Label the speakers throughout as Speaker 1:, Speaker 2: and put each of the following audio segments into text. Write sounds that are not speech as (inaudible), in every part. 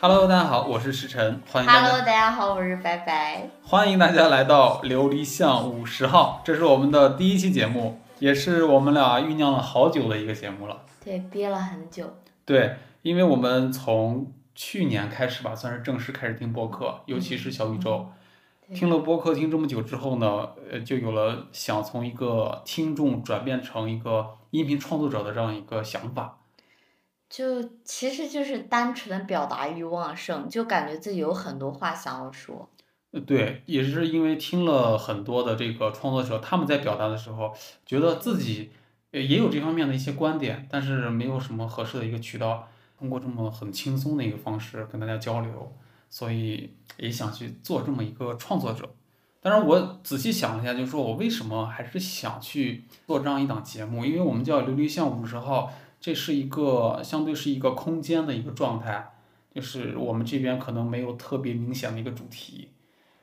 Speaker 1: Hello，大家好，我是石晨，欢迎大家
Speaker 2: Hello，大家好，我是白白。
Speaker 1: 欢迎大家来到琉璃巷五十号，这是我们的第一期节目，也是我们俩酝酿了好久的一个节目了。
Speaker 2: 对，憋了很久，
Speaker 1: 对，因为我们从去年开始吧，算是正式开始听播客，尤其是小宇宙。
Speaker 2: 对
Speaker 1: 听了播客听这么久之后呢，呃，就有了想从一个听众转变成一个音频创作者的这样一个想法。
Speaker 2: 就其实就是单纯的表达欲旺盛，就感觉自己有很多话想要说。
Speaker 1: 呃对，也是因为听了很多的这个创作者，他们在表达的时候，觉得自己呃也有这方面的一些观点，但是没有什么合适的一个渠道，通过这么很轻松的一个方式跟大家交流，所以也想去做这么一个创作者。当然，我仔细想了一下，就是说我为什么还是想去做这样一档节目，因为我们叫《琉璃巷五十号》，这是一个相对是一个空间的一个状态，就是我们这边可能没有特别明显的一个主题。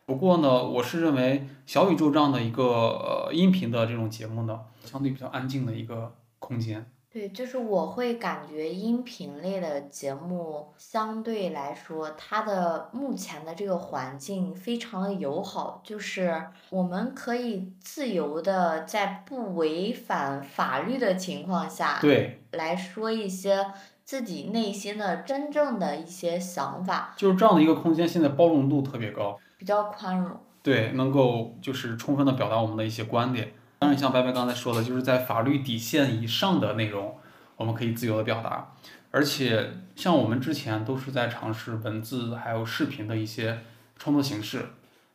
Speaker 1: 不过呢，我是认为小宇宙这样的一个呃音频的这种节目呢，相对比较安静的一个空间。
Speaker 2: 对，就是我会感觉音频类的节目相对来说，它的目前的这个环境非常的友好，就是我们可以自由的在不违反法律的情况下，
Speaker 1: 对，
Speaker 2: 来说一些自己内心的真正的一些想法，
Speaker 1: 就是这样的一个空间，现在包容度特别高，
Speaker 2: 比较宽容。
Speaker 1: 对，能够就是充分的表达我们的一些观点。当然，像白白刚才说的，就是在法律底线以上的内容，我们可以自由的表达。而且，像我们之前都是在尝试文字还有视频的一些创作形式，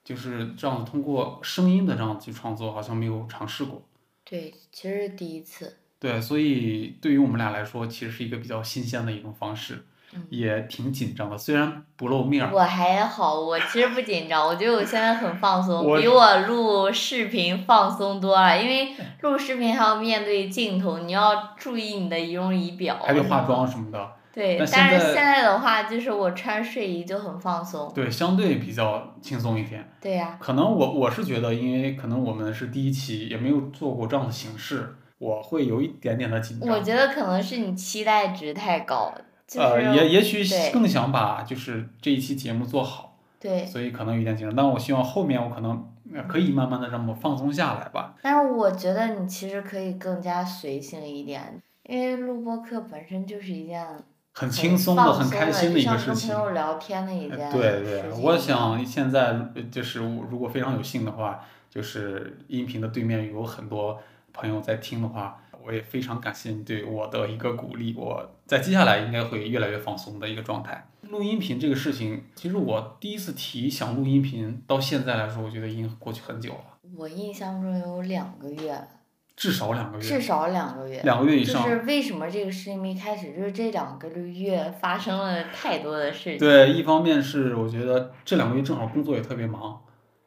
Speaker 1: 就是这样通过声音的这样去创作，好像没有尝试过。
Speaker 2: 对，其实是第一次，
Speaker 1: 对，所以对于我们俩来说，其实是一个比较新鲜的一种方式，
Speaker 2: 嗯
Speaker 1: 也挺紧张的。虽然不露 (laughs) 面儿，
Speaker 2: 我还好，我其实不紧张，我觉得我现在很放松，
Speaker 1: 我
Speaker 2: 比我录视频放松多了，因为录视频还要面对镜头，你要注意你的仪容仪表，
Speaker 1: 还得化
Speaker 2: 啊
Speaker 1: 妆什么的，
Speaker 2: 对
Speaker 1: 那，现
Speaker 2: 但是
Speaker 1: 在
Speaker 2: 现在的话，就是我穿睡衣就很放松，
Speaker 1: 对，相对比较轻松一点。
Speaker 2: 对呀、
Speaker 1: 可能我我是觉得，因为可能我们是第一期，也没有做过这样的形式，我会有一点点的紧张。
Speaker 2: 我觉得可能是你期待值太高，就是、
Speaker 1: 呃，也也许
Speaker 2: 对
Speaker 1: 更想把就是这一期节目做好，
Speaker 2: 对，
Speaker 1: 所以可能有点紧张。但我希望后面我可能呃可以慢慢的这么放松下来吧。
Speaker 2: 但是我觉得你其实可以更加随性一点，因为录播课本身就是一件
Speaker 1: 很
Speaker 2: 很
Speaker 1: 轻松的、
Speaker 2: 放
Speaker 1: 很开心
Speaker 2: 的
Speaker 1: 一个事
Speaker 2: 就像
Speaker 1: 情
Speaker 2: 跟。朋友聊天的一件
Speaker 1: 呃
Speaker 2: 事情。
Speaker 1: 对对，我想现在呃就是我如果非常有幸的话，就是音频的对面有很多朋友在听的话，我也非常感谢你对我的一个鼓励。我在接下来应该会越来越放松的一个状态。录音频这个事情，其实我第一次提想录音频，到现在来说，我觉得已经过去很久了，
Speaker 2: 我印象中有两个月了，
Speaker 1: 至少两个
Speaker 2: 至
Speaker 1: 月，
Speaker 2: 少两个月。
Speaker 1: 两个月以
Speaker 2: 就
Speaker 1: 上。
Speaker 2: 是为什么这个事情没开始，就是这两个月发生了太多的事情。
Speaker 1: 对，一方面是我觉得这两个月正好工作也特别忙，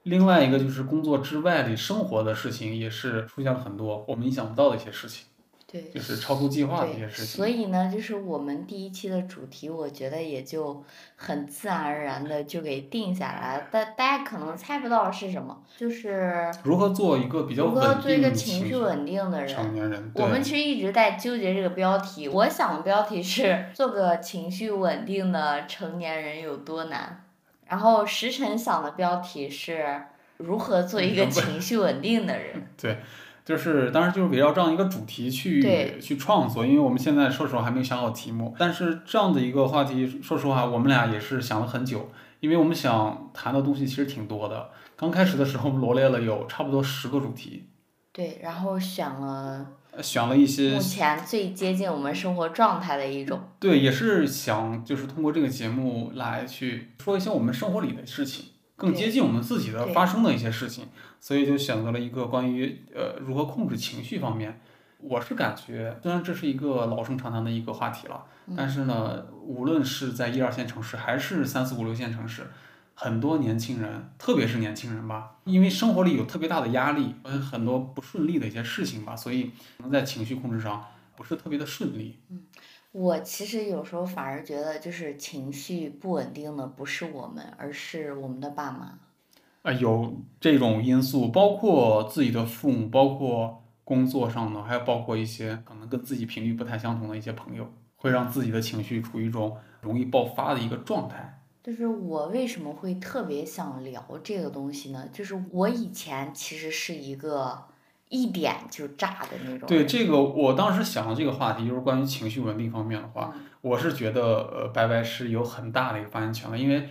Speaker 1: 另外一个就是工作之外的生活的事情也是出现了很多我们意想不到的一些事情，
Speaker 2: 对对
Speaker 1: 就是超出计划的一些事
Speaker 2: 所
Speaker 1: 情。
Speaker 2: 以呢，就是我们第一期的主题，我觉得也就很自然而然的就给定下来了。但大家可能猜不到是什么，就是
Speaker 1: 如何做一个比较
Speaker 2: 如何
Speaker 1: 稳
Speaker 2: 做一
Speaker 1: 定
Speaker 2: 个
Speaker 1: 的
Speaker 2: 情绪稳定的人。
Speaker 1: 成年人？
Speaker 2: 我们
Speaker 1: 对，
Speaker 2: 其实一直在纠结这个标题，我想的标题是“做个情绪稳定的成年人有多难”，然后石晨想的标题是“如何做一个情绪稳定的
Speaker 1: (laughs)
Speaker 2: 人
Speaker 1: 就是当时就是围绕这样一个主题去
Speaker 2: 对
Speaker 1: 去创作，因为我们现在说实话还没有想好题目，但是这样的一个话题，说实话我们俩也是想了很久，因为我们想谈的东西其实挺多的。刚开始的时候，我们罗列了有差不多十个主题。”。
Speaker 2: 对，然后选了
Speaker 1: 呃选了一些
Speaker 2: 目前最接近我们生活状态的一种。
Speaker 1: 对，也是想就是通过这个节目来去说一些我们生活里的事情，更接近我们自己的
Speaker 2: 对
Speaker 1: 发生的一些事情，所以就选择了一个关于呃如何控制情绪方面。我是感觉，虽然这是一个老生常谈的一个话题了，
Speaker 2: 嗯
Speaker 1: 但是呢，无论是在一二线城市还是三四五六线城市，很多年轻人，特别是年轻人吧，因为生活里有特别大的压力，呃，很多不顺利的一些事情吧，所以可能在情绪控制上不是特别的顺利。
Speaker 2: 我其实有时候反而觉得，就是情绪不稳定的不是我们，而是我们的爸妈。
Speaker 1: 啊，有这种因素，包括自己的父母，包括工作上的，还有包括一些可能跟自己频率不太相同的一些朋友，会让自己的情绪处于一种容易爆发的一个状态。
Speaker 2: 就是我为什么会特别想聊这个东西呢？就是我以前其实是一个一点就炸的那种人。
Speaker 1: 对这个，我当时想的这个话题就是关于情绪稳定方面的话，
Speaker 2: 嗯
Speaker 1: 我是觉得呃，白白是有很大的一个发言权的，因为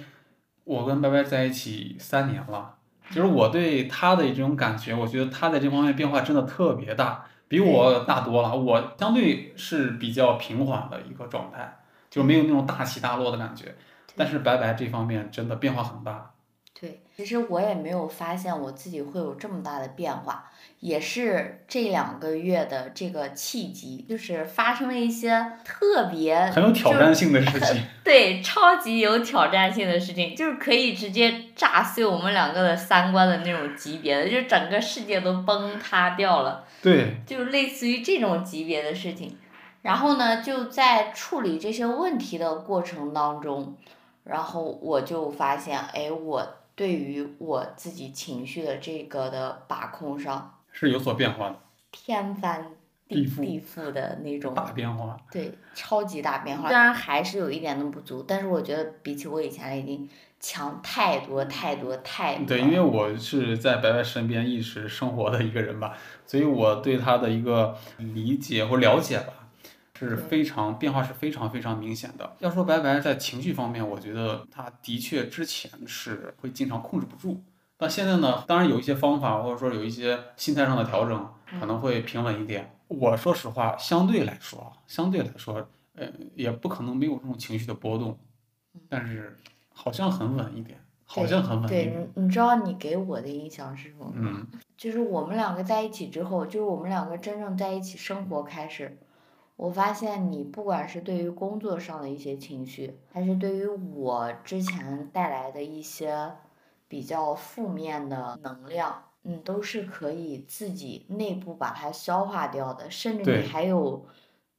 Speaker 1: 我跟白白在一起三年了，其实我对他的这种感觉，我觉得他在这方面变化真的特别大，比我大多了。我相对是比较平缓的一个状态，就没有那种大起大落的感觉。但是白白这方面真的变化很大，
Speaker 2: 对，其实我也没有发现我自己会有这么大的变化，也是这两个月的这个契机，就是发生了一些特别
Speaker 1: 很有挑
Speaker 2: 就
Speaker 1: 战性的事情。
Speaker 2: 对，超级有挑战性的事情，就是可以直接炸碎我们两个的三观的那种级别的，就是整个世界都崩塌掉了，
Speaker 1: 对，
Speaker 2: 就是类似于这种级别的事情。然后呢，就在处理这些问题的过程当中，然后我就发现，哎，我对于我自己情绪的这个的把控上，
Speaker 1: 是有所变化的，
Speaker 2: 天翻
Speaker 1: 地
Speaker 2: 地
Speaker 1: 覆
Speaker 2: 地覆的那种
Speaker 1: 大变化。
Speaker 2: 对，超级大变化。虽然还是有一点的不足，但是我觉得比起我以前已经强太多太多太多了。
Speaker 1: 对，因为我是在白白身边一直生活的一个人吧，所以我对他的一个理解或了解吧，是非常变化是非常非常明显的。要说白白在情绪方面，我觉得他的确之前是会经常控制不住，但现在呢，当然有一些方法或者说有一些心态上的调整，可能会平稳一点。
Speaker 2: 嗯
Speaker 1: 我说实话，相对来说，啊，相对来说，呃，也不可能没有这种情绪的波动，但是好像很稳一点，好像很稳一点。
Speaker 2: 嗯对，你你知道你给我的印象是什么？
Speaker 1: 嗯，
Speaker 2: 就是我们两个在一起之后，就是我们两个真正在一起生活开始，我发现你不管是对于工作上的一些情绪，还是对于我之前带来的一些比较负面的能量，嗯，都是可以自己内部把它消化掉的，甚至
Speaker 1: 对
Speaker 2: 你还有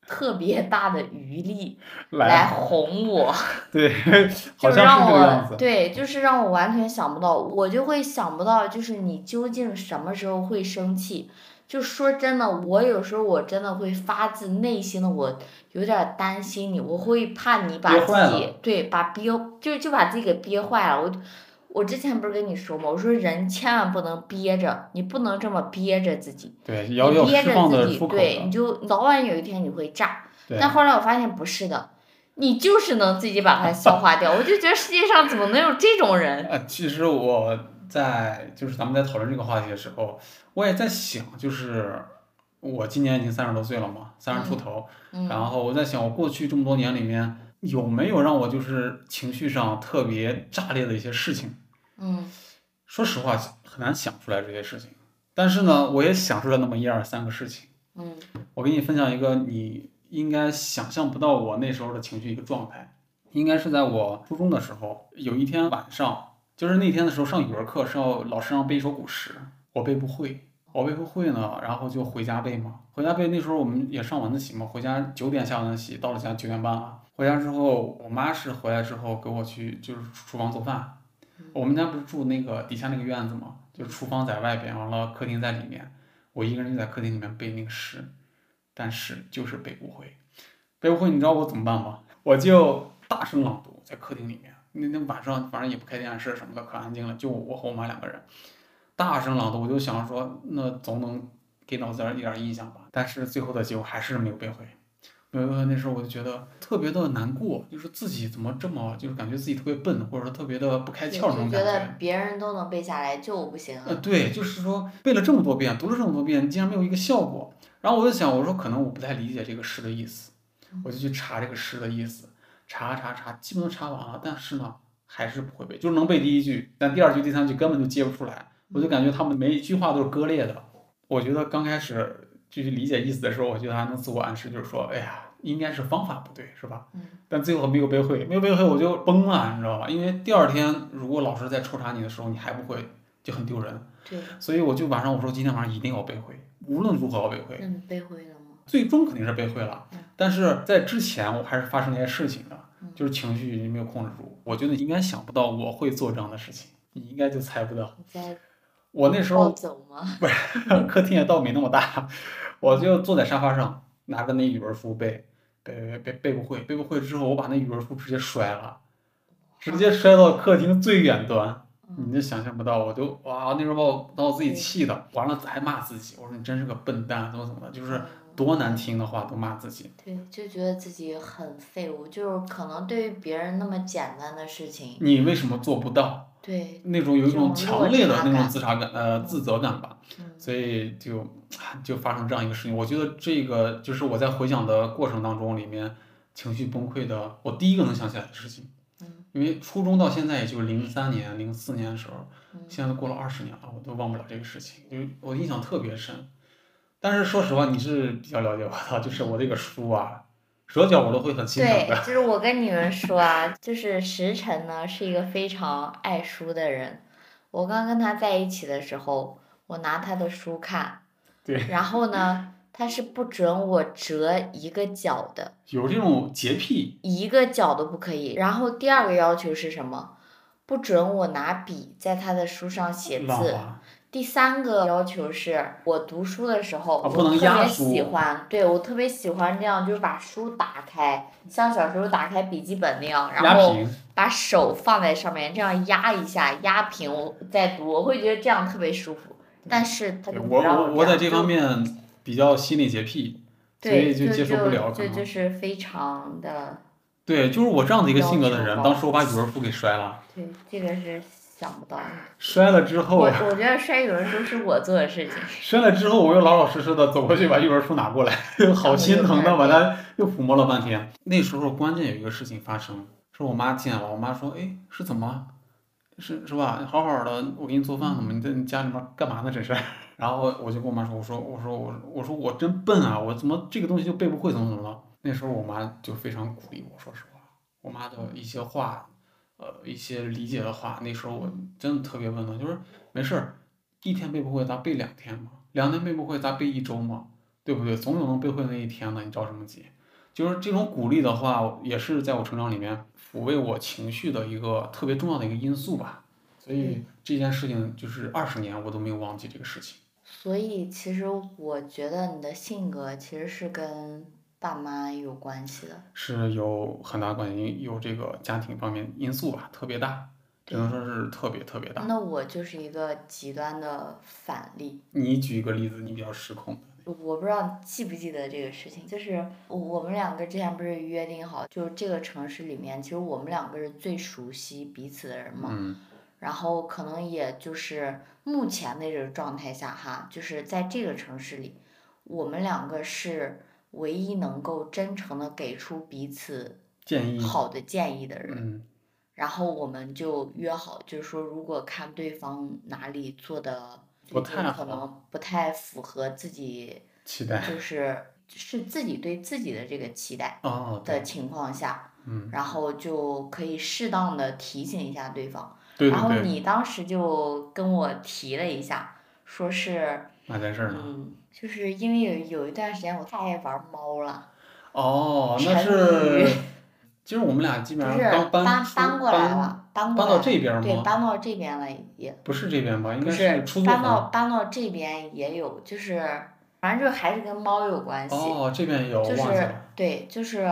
Speaker 2: 特别大的余力来
Speaker 1: 来，
Speaker 2: 哄我。
Speaker 1: 对，
Speaker 2: 就
Speaker 1: 好
Speaker 2: 是
Speaker 1: 像
Speaker 2: 让
Speaker 1: 是这个样
Speaker 2: 我
Speaker 1: 子。
Speaker 2: 对，就是让我完全想不到，我就会想不到，就是你究竟什么时候会生气。就说真的，我有时候我真的会发自内心的，我有点儿担心你，我会怕你把
Speaker 1: 憋坏
Speaker 2: 自己
Speaker 1: 了
Speaker 2: 对把憋就就把自己给憋坏了。我我之前不是跟你说吗？我说人千万不能憋着，你不能这么憋着自己，
Speaker 1: 对，
Speaker 2: 你
Speaker 1: 要要
Speaker 2: 憋
Speaker 1: 释
Speaker 2: 着
Speaker 1: 放的
Speaker 2: 自己，
Speaker 1: 出口
Speaker 2: 对，你
Speaker 1: 的，
Speaker 2: 就早晚有一天你会炸。
Speaker 1: 对，
Speaker 2: 但后来我发现不是的，你就是能自己把它消化掉。我就觉得世界上怎么能有这种人？
Speaker 1: 呃，其实我在就是咱们在讨论这个话题的时候，我也在想，就是我今年已经三十多岁了嘛，三十出头，然
Speaker 2: 嗯，
Speaker 1: 后我在想，我过去这么多年里面有没有让我就是情绪上特别炸裂的一些事情？
Speaker 2: 嗯，
Speaker 1: 说实话，很难想出来这些事情。但是呢，我也想出来那么一二三个事情。
Speaker 2: 嗯，
Speaker 1: 我给你分享一个你应该想象不到我那时候的情绪一个状态，应该是在我初中的时候，有一天晚上，就是那天的时候上语文课是要老师让背一首古诗，我背不会，我背不会呢，然后就回家背嘛，回家背那时候我们也上晚自习嘛，回家九点下晚自习，到了家九点半了，回家之后我妈是回来之后给我去就是厨房做饭，我们家不是住那个底下那个院子嘛，就厨房在外边，完了客厅在里面，我一个人就在客厅里面背那个诗。但是就是背不会。背不会，你知道我怎么办吗？我就大声朗读，在客厅里面。那那晚上反正也不开电视什么的，可安静了，就我和我妈两个人，大声朗读。我就想说，那总能给脑子一点印象吧。但是最后的结果还是没有背会。没有背会那时候我就觉得特别的难过，就是自己怎么这么就是感觉自己特别笨，或者说特别的不开
Speaker 2: 就
Speaker 1: 窍那种感
Speaker 2: 觉得别人都能背下来，就我不行
Speaker 1: 呃， (laughs)
Speaker 2: 啊。
Speaker 1: 对，就是说背了这么多遍，读了这么多遍，竟然没有一个效果。然后我就想，我说可能我不太理解这个诗的意思，我就去查这个诗的意思，查查查，基本都查完了，但是呢，还是不会背，就是能背第一句，但第二句、第三句根本就接不出来。我就感觉他们每一句话都是割裂的。我觉得刚开始就去理解意思的时候，我觉得还能自我暗示，就是说，哎呀，应该是方法不对，是吧？
Speaker 2: 嗯。
Speaker 1: 但最后没有背会，没有背会我就崩了，你知道吧？因为第二天如果老师在抽查你的时候，你还不会，就很丢人。
Speaker 2: 对，
Speaker 1: 所以我就晚上我说今天晚上一定要背会，无论如何要背会。
Speaker 2: 那你背会了吗？
Speaker 1: 最终肯定是背会了
Speaker 2: 嗯，
Speaker 1: 但是在之前我还是发生了一些事情的
Speaker 2: 嗯，
Speaker 1: 就是情绪没有控制住。我觉得你应该想不到我会做这样的事情，你应该就猜不到。
Speaker 2: 你在
Speaker 1: 我那时
Speaker 2: 暴
Speaker 1: 候
Speaker 2: 走吗？
Speaker 1: (laughs) 客厅也倒没那么大，我就坐在沙发上拿着那语文书背，背背背不会，背不会之后，我把那语文书直接摔了，直接摔到客厅最远端，
Speaker 2: 嗯
Speaker 1: 你就想象不到，我就哇，那时候把我把我自己气的，完了还骂自己，我说你真是个笨蛋，怎么怎么的，就是多难听的话都骂自己。
Speaker 2: 对，就觉得自己很废物，就是可能对于别人那么简单的事情，
Speaker 1: 你为什么做不到？
Speaker 2: 对，
Speaker 1: 那种有一种
Speaker 2: 这种
Speaker 1: 强烈的
Speaker 2: 落差
Speaker 1: 那种
Speaker 2: 感
Speaker 1: 自查感，呃，自责感吧。
Speaker 2: 嗯，
Speaker 1: 所以就就发生这样一个事情。我觉得这个就是我在回想的过程当中里面情绪崩溃的，我第一个能想起来的事情。
Speaker 2: 嗯
Speaker 1: 因为初中到现在也就零三年、零四年的时候，
Speaker 2: 嗯
Speaker 1: 现在都过了二十年了，我都忘不了这个事情，因为我印象特别深。但是说实话，你是比较了解我的，就是我这个书啊，手脚我都会很欣赏
Speaker 2: 对
Speaker 1: 的。，
Speaker 2: 就是我跟你们说啊，就是石晨呢是一个非常爱书的人。我刚跟他在一起的时候，我拿他的书看，
Speaker 1: (laughs) 对，
Speaker 2: 然后呢，他是不准我折一个角的，
Speaker 1: 有这种洁癖，
Speaker 2: 一个角都不可以。然后第二个要求是什么？不准我拿笔在他的书上写
Speaker 1: 浪
Speaker 2: 字。
Speaker 1: 花，
Speaker 2: 第三个要求是我读书的时候，
Speaker 1: 啊
Speaker 2: 我
Speaker 1: 不能
Speaker 2: 特
Speaker 1: 压
Speaker 2: 别
Speaker 1: 书
Speaker 2: 喜欢，对我特别喜欢这样，就是把书打开，像小时候打开笔记本那样，然
Speaker 1: 压
Speaker 2: 后
Speaker 1: 平，
Speaker 2: 把手放在上面，这样压一下，压平我再读，我会觉得这样特别舒服。
Speaker 1: 嗯
Speaker 2: 但是他
Speaker 1: 对
Speaker 2: 就
Speaker 1: 我
Speaker 2: 不让
Speaker 1: 我我在
Speaker 2: 这
Speaker 1: 这
Speaker 2: 样
Speaker 1: 方
Speaker 2: 就
Speaker 1: 面比较心理洁癖，所
Speaker 2: 对
Speaker 1: 以就接受不了可
Speaker 2: 就
Speaker 1: 能。
Speaker 2: 就是非常的
Speaker 1: 对，就是我这样的一个性格的
Speaker 2: 要
Speaker 1: 人，
Speaker 2: 求高
Speaker 1: 当时我把语文书给摔了，
Speaker 2: 对，这个是想不到的。
Speaker 1: 摔了之
Speaker 2: 我
Speaker 1: 后，
Speaker 2: 我觉得摔语文书是我做的事情，
Speaker 1: (laughs) 摔了之后，我又老老实实的走过去把语文书拿过来，好心疼的把它又抚摸了半天。那时候关键有一个事情发生，是我妈见了，我妈说：“哎，是怎么了？是是吧？好好的，我给你做饭呢嘛，你在你家里面干嘛呢？这是。” (laughs) 然后我就跟我妈说：“我说我说我我说我真笨啊，我怎么这个东西就背不会，怎么怎么了？”那时候我妈就非常鼓励我，说实话，我妈的一些话，呃，一些理解的话，那时候我真的特别温暖，就是没事儿，一天背不会，咱背两天嘛，两天背不会，咱背一周嘛，对不对？总有能背会那一天的，你着什么急？就是这种鼓励的话，也是在我成长里面抚慰我情绪的一个特别重要的一个因素吧。所
Speaker 2: 嗯
Speaker 1: 以这件事情就是二十年我都没有忘记这个事情。
Speaker 2: 所以其实我觉得你的性格其实是跟爸妈有关系的。
Speaker 1: 是有很大关系，有这个家庭方面因素吧，特别大，只能说是特别特别大。
Speaker 2: 那我就是一个极端的反例。
Speaker 1: 你举一个例子，你比较失控的，
Speaker 2: 我不知道你记不记得这个事情，就是我我们两个之前不是约定好，就是这个城市里面，其实我们两个是最熟悉彼此的人嘛。
Speaker 1: 嗯，
Speaker 2: 然后可能也就是目前的这个状态下哈，就是在这个城市里，我们两个是唯一能够真诚的给出彼此
Speaker 1: 建议，
Speaker 2: 好的建议的人。
Speaker 1: 嗯，
Speaker 2: 然后我们就约好，就是说如果看对方哪里做的
Speaker 1: 不
Speaker 2: 最近
Speaker 1: 太
Speaker 2: 可
Speaker 1: 好
Speaker 2: 能不太符合自己，
Speaker 1: 期待，
Speaker 2: 就是是自己对自己的这个期待
Speaker 1: 哦，
Speaker 2: 的
Speaker 1: 对，
Speaker 2: 情况下，
Speaker 1: 嗯，
Speaker 2: 然后就可以适当的提醒一下对方。
Speaker 1: 对
Speaker 2: 然后
Speaker 1: 对对，
Speaker 2: 你当时就跟我提了一下，说是，
Speaker 1: 哪件事儿呢？
Speaker 2: 嗯，就是因为有有一段时间我太爱玩猫
Speaker 1: 啊
Speaker 2: 了，
Speaker 1: 哦，那
Speaker 2: 沉
Speaker 1: 是
Speaker 2: 迷，
Speaker 1: (laughs) 其实我们俩基
Speaker 2: 不
Speaker 1: 本上
Speaker 2: 是
Speaker 1: 刚
Speaker 2: 搬
Speaker 1: 出
Speaker 2: 搬过来
Speaker 1: 搬，
Speaker 2: 了，搬过
Speaker 1: 搬
Speaker 2: 来
Speaker 1: 到
Speaker 2: 了
Speaker 1: 这边
Speaker 2: 对，
Speaker 1: 吗？
Speaker 2: 搬到这边了也，
Speaker 1: 不是这边吧？应
Speaker 2: 不
Speaker 1: 该
Speaker 2: 是
Speaker 1: 出租
Speaker 2: 搬
Speaker 1: 房。
Speaker 2: 到搬到这边也有，就是反正就还是跟猫有关系，
Speaker 1: 哦，这边有，
Speaker 2: 就
Speaker 1: 忘记
Speaker 2: 是
Speaker 1: 了。
Speaker 2: 对，就是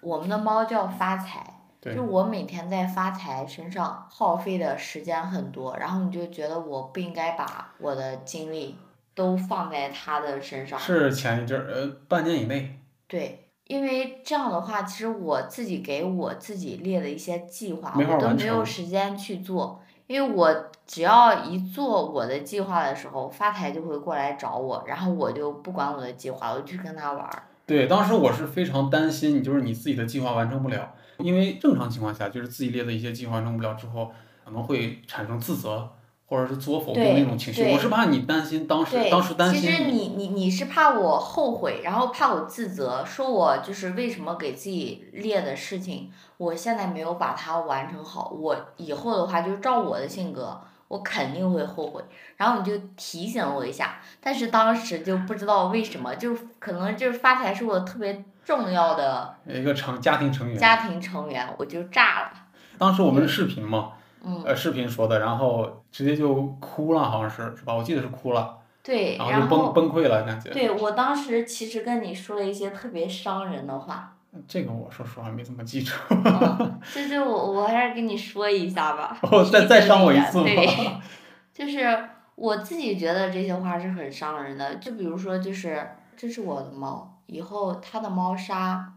Speaker 2: 我们的猫叫发财。
Speaker 1: 对
Speaker 2: 就我每天在发财身上耗费的时间很多，然后你就觉得我不应该把我的精力都放在它的身上。
Speaker 1: 是前一阵儿，呃，半年以内，
Speaker 2: 对，因为这样的话，其实我自己给我自己列的一些计划，
Speaker 1: 没法
Speaker 2: 我都
Speaker 1: 完
Speaker 2: 没有
Speaker 1: 成
Speaker 2: 时间去做，因为我只要一做我的计划的时候，发财就会过来找我，然后我就不管我的计划，我就去跟他玩儿。
Speaker 1: 对，当时我是非常担心，你就是你自己的计划完成不了，因为正常情况下，就是自己列的一些计划完成不了之后，可能会产生自责或者是自我否定
Speaker 2: 对
Speaker 1: 那种情绪。
Speaker 2: 对
Speaker 1: 我是怕你担心，当时
Speaker 2: 对，
Speaker 1: 当时担
Speaker 2: 其实
Speaker 1: 心，
Speaker 2: 你你你是怕我后悔，然后怕我自责，说我就是为什么给自己列的事情，我现在没有把它完成好，我以后的话就照我的性格，我肯定会后悔。然后你就提醒我一下，但是当时就不知道为什么，就可能就是发财是我特别重要的
Speaker 1: 一个成家庭成员。
Speaker 2: 家庭成员，我就炸了。
Speaker 1: 当时我们是视频嘛，
Speaker 2: 嗯，
Speaker 1: 呃，视频说的，然后直接就哭了，好像是是吧？我记得是哭了，
Speaker 2: 对，
Speaker 1: 然后就崩崩溃了，感觉。
Speaker 2: 对我当时其实跟你说了一些特别伤人的话，
Speaker 1: 这个我说实话没怎么记住。 (laughs)
Speaker 2: 嗯，这就我我还是跟你说一下吧。
Speaker 1: 哦，再再伤我一
Speaker 2: 一
Speaker 1: 次吗？ (laughs)
Speaker 2: 对， (laughs) 就是我自己觉得这些花是很伤人的。就比如说，就是这是我的猫，以后它的猫砂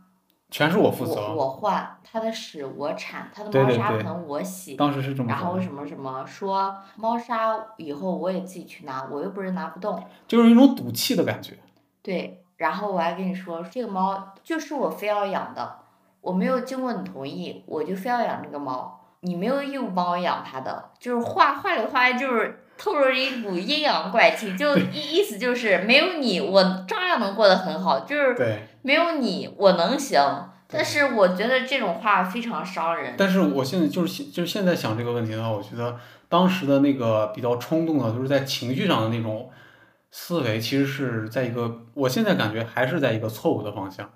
Speaker 1: 全是我负
Speaker 2: 我
Speaker 1: 责。
Speaker 2: 我换，它的屎我铲，它的
Speaker 1: 对
Speaker 2: 猫
Speaker 1: 对
Speaker 2: 砂
Speaker 1: 对
Speaker 2: 盆我洗。
Speaker 1: 当时是这么
Speaker 2: 然后
Speaker 1: 说的，
Speaker 2: 什么什么说猫砂以后我也自己去拿，我又不是拿不动。
Speaker 1: 就是一种赌气的感觉。
Speaker 2: 对，然后我还跟你说，这个猫就是我非要养的，我没有经过你同意，我就非要养这个猫，你没有义务帮我养它的，就是话话里话外就是透露着一股阴阳怪气，就意意思就是没有你我照样能过得很好，就是
Speaker 1: 对，
Speaker 2: 没有你我能行，
Speaker 1: 对
Speaker 2: 但是我觉得这种话非常伤人。
Speaker 1: 但是我现在就是现就是现在想这个问题的话，我觉得当时的那个比较冲动的，就是在情绪上的那种思维，其实是在一个我现在感觉还是在一个错误的方向，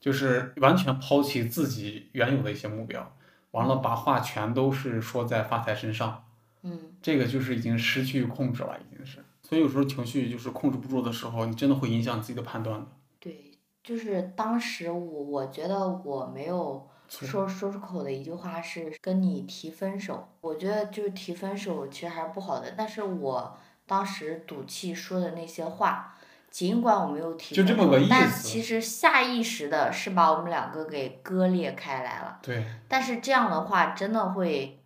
Speaker 1: 就是完全抛弃自己原有的一些目标，完了把话全都是说在发财身上，
Speaker 2: 嗯，
Speaker 1: 这个就是已经失去控制了，已经是。所以有时候情绪就是控制不住的时候，你真的会影响自己的判断的。
Speaker 2: 对，就是当时我我觉得我没有。
Speaker 1: 错
Speaker 2: 说说出口的一句话是跟你提分手，我觉得就是提分手其实还是不好的，但是我当时赌气说的那些话，尽管我没有提
Speaker 1: 就
Speaker 2: 分
Speaker 1: 这
Speaker 2: 手，
Speaker 1: 么个意
Speaker 2: 但
Speaker 1: 思
Speaker 2: 其实下意识的是把我们两个给割裂开来了，
Speaker 1: 对，
Speaker 2: 但是这样的话真的会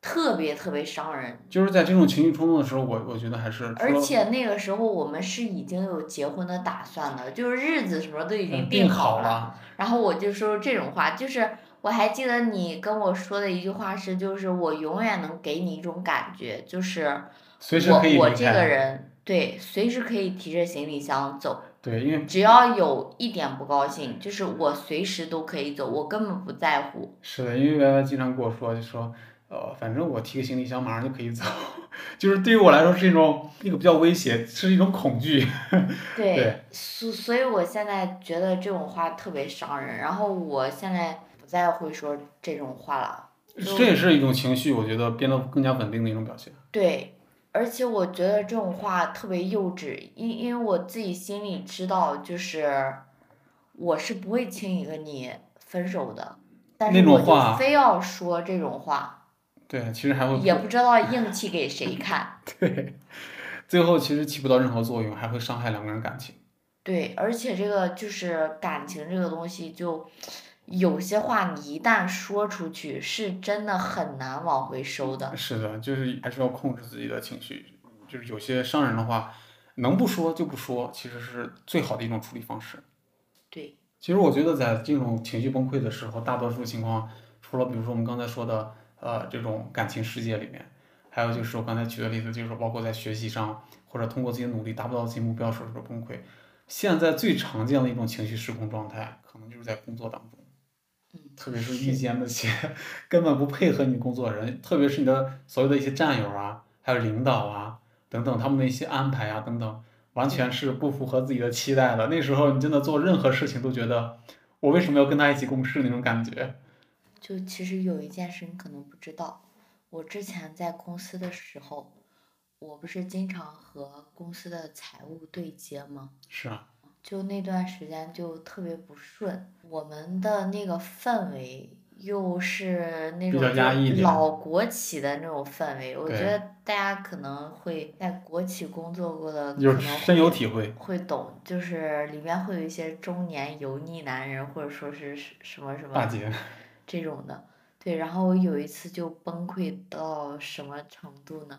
Speaker 2: 特别特别伤人，
Speaker 1: 就是在这种情绪冲动的时候，我我觉得还是除
Speaker 2: 而
Speaker 1: 了
Speaker 2: 且那个时候我们是已经有结婚的打算的，就是日子什么都已经
Speaker 1: 嗯
Speaker 2: 定
Speaker 1: 定
Speaker 2: 好
Speaker 1: 好
Speaker 2: 了。
Speaker 1: 了，
Speaker 2: 然后我就说这种话，就是我还记得你跟我说的一句话是，就是我永远能给你一种感觉，就是
Speaker 1: 随时可以
Speaker 2: 我我
Speaker 1: 离
Speaker 2: 这个
Speaker 1: 开。
Speaker 2: 人对，随时可以提着行李箱走，
Speaker 1: 对，因为
Speaker 2: 只要有一点不高兴，就是我随时都可以走，我根本不在乎。
Speaker 1: 是的，因为歪歪经常跟我说，就说，呃，反正我提个行李箱马上就可以走， (laughs) 就是对于我来说是一种那个比较威胁，是一种恐惧。 (laughs) 对
Speaker 2: 所所以我现在觉得这种话特别伤人，然后我现在不再会说这种话了。
Speaker 1: 这也是一种情绪，我觉得变得更加稳定的一种表现。
Speaker 2: 对，而且我觉得这种话特别幼稚，因因为我自己心里知道，就是我是不会轻易跟你分手的，但
Speaker 1: 那
Speaker 2: 是
Speaker 1: 种
Speaker 2: 我就
Speaker 1: 话
Speaker 2: 非要说这种话，
Speaker 1: 对，其实还会
Speaker 2: 也不知道硬气给谁看。
Speaker 1: 对，最后其实起不到任何作用，还会伤害两个人感情。
Speaker 2: 对，而且这个就是感情这个东西就。有些话你一旦说出去，是真的很难往回收的。
Speaker 1: 是的，就是还是要控制自己的情绪，就是有些伤人的话，能不说就不说，其实是最好的一种处理方式。
Speaker 2: 对，
Speaker 1: 其实我觉得，在这种情绪崩溃的时候，大多数情况，除了比如说我们刚才说的，呃，这种感情世界里面，还有就是我刚才举的例子，就是包括在学习上，或者通过自己的努力达不到自己目标时候的崩溃。现在最常见的一种情绪失控状态，可能就是在工作当中，
Speaker 2: 嗯，
Speaker 1: 特别是
Speaker 2: 是
Speaker 1: 遇见那些根本不配合你工作的人，特别是你的所有的一些战友啊，还有领导啊等等，他们的一些安排啊等等，完全是不符合自己的期待的。那时候你真的做任何事情都觉得，我为什么要跟他一起共事那种感觉。
Speaker 2: 就其实有一件事你可能不知道，我之前在公司的时候，我不是经常和公司的财务对接吗？
Speaker 1: 是啊，
Speaker 2: 就那段时间就特别不顺，我们的那个氛围又是那
Speaker 1: 比较
Speaker 2: 种
Speaker 1: 压抑一
Speaker 2: 就
Speaker 1: 点
Speaker 2: 老国企的那种氛围，我觉
Speaker 1: 对
Speaker 2: 得大家可能会在国企工作过的，可
Speaker 1: 有
Speaker 2: 能
Speaker 1: 深有体会。
Speaker 2: 会懂，就是里面会有一些中年油腻男人，或者说是什什么什么
Speaker 1: 大姐，
Speaker 2: 这种的。对，然后我有一次就崩溃到什么程度呢？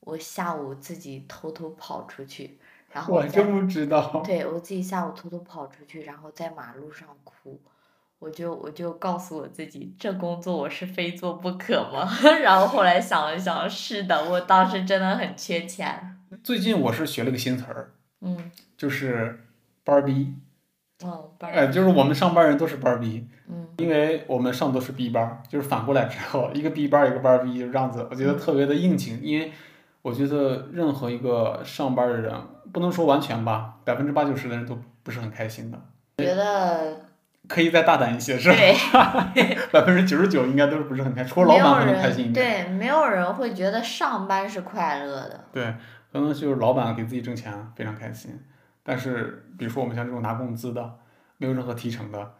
Speaker 2: 我下午自己偷偷跑出去，然后
Speaker 1: 我
Speaker 2: 在
Speaker 1: 真不知道。
Speaker 2: 对我自己下午偷偷跑出去，然后在马路上哭，我就我就告诉我自己，这工作我是非做不可吗？ (laughs) 然后后来想了想，是的，我当时真的很缺钱。
Speaker 1: 最近我是学了个新词儿，
Speaker 2: 嗯
Speaker 1: 就是班儿逼。
Speaker 2: 嗯，班
Speaker 1: 呃，
Speaker 2: 儿
Speaker 1: 就是我们上班人都是班儿逼，
Speaker 2: 嗯
Speaker 1: 因为我们上的都是 B 班儿，就是反过来之后，一个 B 班儿，一个班儿 B，就这样子，我觉得
Speaker 2: 嗯
Speaker 1: 特别的应景。因为我觉得任何一个上班儿的人，不能说完全吧，百分之八九十的人都不是很开心的。
Speaker 2: 觉得
Speaker 1: 可以再大胆一些，是吧？
Speaker 2: 对。
Speaker 1: 百分之九十九应该都是不是很开心，除了老
Speaker 2: 没有
Speaker 1: 板可能
Speaker 2: 人
Speaker 1: 开心一点。
Speaker 2: 对，没有人会觉得上班是快乐的。
Speaker 1: 对，可能就是老板给自己挣钱非常开心，但是比如说我们像这种拿工资的，没有任何提成的，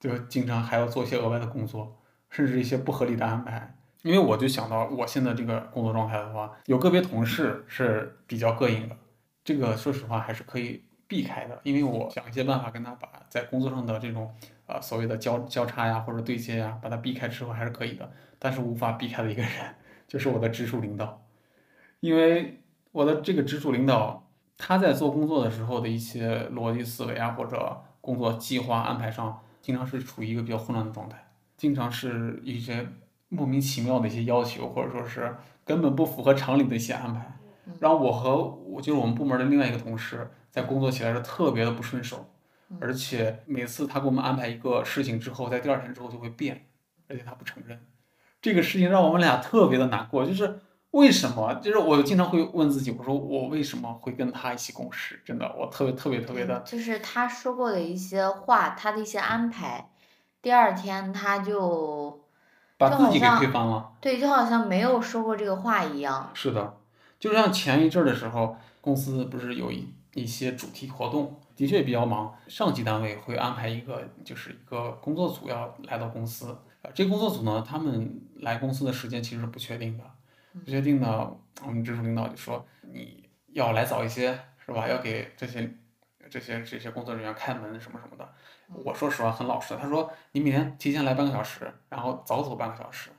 Speaker 1: 就经常还要做一些额外的工作，甚至一些不合理的安排。因为我就想到我现在这个工作状态的话，有个别同事是比较膈应的，这个说实话还是可以避开的，因为我想一些办法跟他把在工作上的这种啊、呃所谓的交交叉呀或者对接呀，把它避开之后还是可以的，但是无法避开的一个人就是我的直属领导，因为我的这个直属领导他在做工作的时候的一些逻辑思维啊或者工作计划安排上，经常是处于一个比较混乱的状态，经常是一些莫名其妙的一些要求，或者说是根本不符合常理的一些安排。
Speaker 2: 嗯
Speaker 1: 然后我和我就是我们部门的另外一个同事，在工作起来是特别的不顺手，
Speaker 2: 嗯
Speaker 1: 而且每次他给我们安排一个事情之后，在第二天之后就会变，而且他不承认。这个事情让我们俩特别的难过，就是为什么？就是我经常会问自己，我说我为什么会跟他一起共事？真的，我特别特别特别的
Speaker 2: 嗯就是他说过的一些话，他的一些安排，第二天他
Speaker 1: 哦
Speaker 2: 就
Speaker 1: 把
Speaker 2: 就
Speaker 1: 自
Speaker 2: 好
Speaker 1: 己给
Speaker 2: 像
Speaker 1: 推翻了。
Speaker 2: 对，就好像没有说过这个话一样。
Speaker 1: 是的，就像前一阵儿的时候，公司不是有一一些主题活动，的确比较忙，上级单位会安排一个就是一个工作组要来到公司，呃，这个工作组呢，他们来公司的时间其实是不确定的，不确定呢，我们直属领导就说你要来早一些，是吧？要给这些这些这些工作人员开门什么什么的。我说实话很老实，他说你每天提前来半个小时，然后早走半个小时，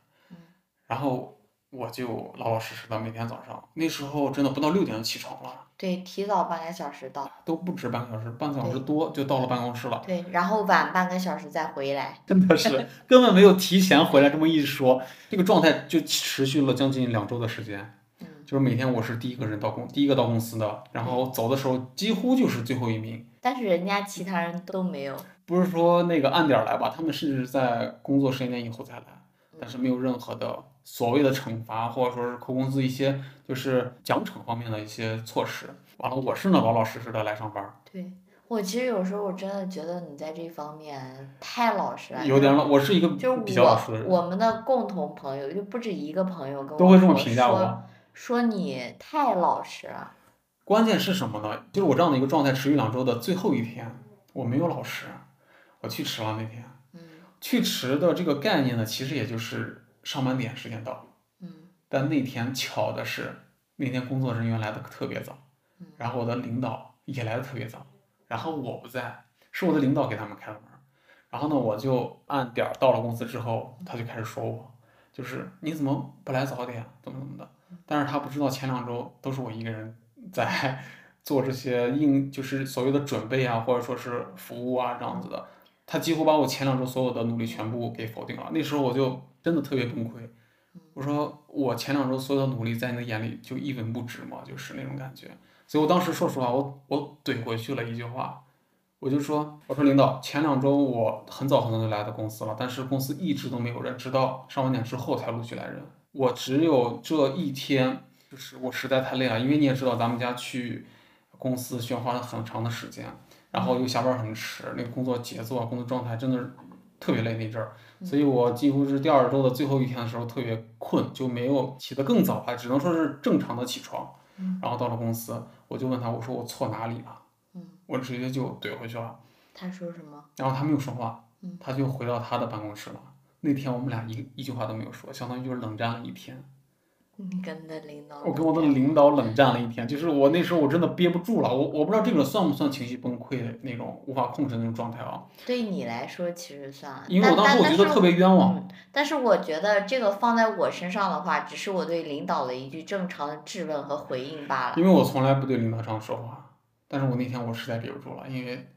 Speaker 1: 然后我就老老实实的每天早上，那时候真的不到六点就起床了，
Speaker 2: 对，提早半个小时到，
Speaker 1: 都不止半个小时，半个小时多就到了办公室
Speaker 2: (laughs)
Speaker 1: 了。
Speaker 2: 对，然后晚半个小时再回来。
Speaker 1: 真的是根本没有提前回来这么一说，这个状态就持续了将近两周的时间。
Speaker 2: 嗯
Speaker 1: 就是每天我是第一个人到公，第一个到公司的，然后走的时候几乎就是最后一名。
Speaker 2: 但是人家其他人都没有，
Speaker 1: 不是说那个按点儿来吧，他们甚至在工作时间点以后才来，但是没有任何的所谓的惩罚，或者说是扣工资一些就是奖惩方面的一些措施。完了，我是呢老老实实的来上班儿，
Speaker 2: 对我其实有时候我真的觉得你在这方面太老实了，
Speaker 1: 有点儿老，我是一个
Speaker 2: 就是
Speaker 1: 比较老实的
Speaker 2: 我
Speaker 1: 人，
Speaker 2: 我们的共同朋友就不止一个朋友跟我
Speaker 1: 都会这么
Speaker 2: 说
Speaker 1: 评价
Speaker 2: 说
Speaker 1: 我。
Speaker 2: 说你太老实了。
Speaker 1: 关键是什么呢？就是我这样的一个状态持续两周的最后一天，我没有老实，我去迟了那天。
Speaker 2: 嗯
Speaker 1: 去迟的这个概念呢，其实也就是上班点时间到。
Speaker 2: 嗯
Speaker 1: 但那天巧的是，那天工作人员来的特别早
Speaker 2: 嗯，
Speaker 1: 然后我的领导也来的特别早，然后我不在，是我的领导给他们开的门。然后呢，我就按点儿到了公司之后，他就开始说我，就是你怎么不来早点，啊怎么怎么的。但是他不知道前两周都是我一个人在 (laughs) 做这些应，就是所谓的准备啊，或者说是服务啊这样子的。他几乎把我前两周所有的努力全部给否定了。那时候我就真的特别崩溃，我说我前两周所有的努力在你的眼里就一文不值嘛，就是那种感觉。所以我当时说实话，我我怼回去了一句话，我就说我说领导，前两周我很早很早就来到公司了，但是公司一直都没有人，直到上完点之后才陆续来人。我只有这一天，就是我实在太累了，因为你也知道咱们家去公司需要花很长的时间，然后又下班很迟，那个工作节奏啊、工作状态真的是特别累那阵儿。
Speaker 2: 嗯
Speaker 1: 所以我几乎是第二周的最后一天的时候特别困，就没有起得更早吧，只能说是正常的起床。
Speaker 2: 嗯
Speaker 1: 然后到了公司，我就问他，我说我错哪里了？
Speaker 2: 嗯
Speaker 1: 我直接就怼回去了。
Speaker 2: 他说什么？
Speaker 1: 然后他没有说话，
Speaker 2: 嗯
Speaker 1: 他就回到他的办公室了。那天我们俩一一句话都没有说，相当于就是冷战了一天。
Speaker 2: 你跟你的领导？
Speaker 1: 我跟我的领导冷战了一天，就是我那时候我真的憋不住了，我我不知道这个算不算情绪崩溃的那种无法控制的那种状态啊？
Speaker 2: 对你来说其实算了，
Speaker 1: 因为我
Speaker 2: 但
Speaker 1: 当时我
Speaker 2: 但
Speaker 1: 觉得
Speaker 2: 但是
Speaker 1: 特别冤枉
Speaker 2: 嗯，但是我觉得这个放在我身上的话，只是我对领导的一句正常的质问和回应罢了。
Speaker 1: 因为我从来不对领导这样说话，但是我那天我实在憋不住了，因为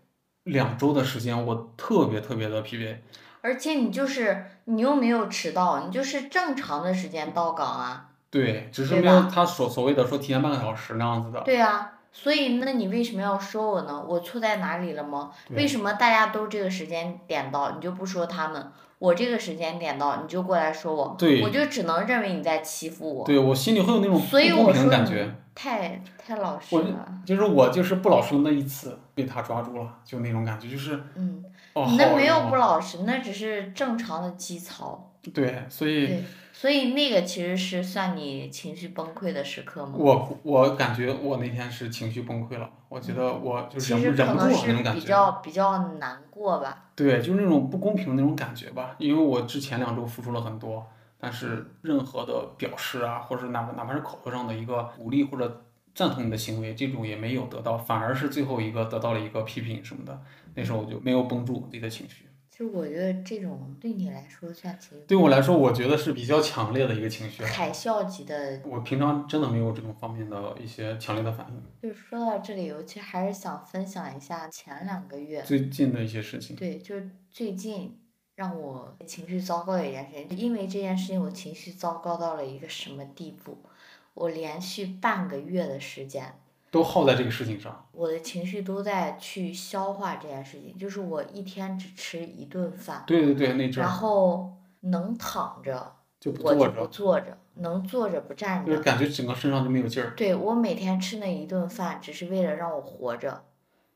Speaker 1: 两周的时间我特别特别的疲惫，
Speaker 2: 而且你就是你又没有迟到，你就是正常的时间到岗啊，
Speaker 1: 对，只是
Speaker 2: 对
Speaker 1: 没有
Speaker 2: 吧
Speaker 1: 他所所谓的说提前半个小时那样子的，
Speaker 2: 对啊。所以，那你为什么要说我呢？我错在哪里了吗？
Speaker 1: 对
Speaker 2: 为什么大家都这个时间点到，你就不说他们？我这个时间点到，你就过来说我，
Speaker 1: 对
Speaker 2: 我就只能认为你在欺负我。
Speaker 1: 对我心里会有那种不
Speaker 2: 所以
Speaker 1: 公
Speaker 2: 我
Speaker 1: 平的
Speaker 2: 说
Speaker 1: 感
Speaker 2: 你
Speaker 1: 觉，
Speaker 2: 太太老实
Speaker 1: 我
Speaker 2: 了。
Speaker 1: 就是我就是不老实的那一次被他抓住了，就那种感觉，就是
Speaker 2: 嗯，
Speaker 1: 哦，
Speaker 2: 你那
Speaker 1: 好
Speaker 2: 没有
Speaker 1: 冤
Speaker 2: 不
Speaker 1: 枉
Speaker 2: 老实，那只是正常的基槽。
Speaker 1: 对，所以
Speaker 2: 对，所以那个其实是算你情绪崩溃的时刻吗？
Speaker 1: 我我感觉我那天是情绪崩溃了，我觉得我就
Speaker 2: 其
Speaker 1: 忍
Speaker 2: 实
Speaker 1: 不忍
Speaker 2: 可
Speaker 1: 不住了
Speaker 2: 能
Speaker 1: 那
Speaker 2: 是
Speaker 1: 种感
Speaker 2: 比
Speaker 1: 觉。
Speaker 2: 较比较难过吧。
Speaker 1: 对，就是那种不公平的那种感觉吧，因为我之前两周付出了很多，但是任何的表示啊，或者是哪怕哪怕是口头上的一个鼓励或者赞同你的行为，这种也没有得到，反而是最后一个得到了一个批评什么的，那时候我就没有绷住自己的情绪。
Speaker 2: 其实我觉得这种对你来说算情绪
Speaker 1: 对我来说，我觉得是比较强烈的一个情绪。
Speaker 2: 海啸级的。
Speaker 1: 我平常真的没有这种方面的一些强烈的反应，
Speaker 2: 就是说到这里，我其实还是想分享一下前两个月，
Speaker 1: 最近的一些事情。
Speaker 2: 对，就是最近让我情绪糟糕的一件事情，因为这件事情我情绪糟糕到了一个什么地步，我连续半个月的时间，
Speaker 1: 都耗在这个事情上。
Speaker 2: 我的情绪都在去消化这件事情，就是我一天只吃一顿饭，
Speaker 1: 对对对，那阵
Speaker 2: 然
Speaker 1: 儿
Speaker 2: 后能躺着
Speaker 1: 就不
Speaker 2: 我
Speaker 1: 坐
Speaker 2: 就不
Speaker 1: 着，
Speaker 2: 坐着，能坐着不站
Speaker 1: 就是
Speaker 2: 着。
Speaker 1: 感觉整个身上就没有劲儿。
Speaker 2: 对，我每天吃那一顿饭，只是为了让我活着，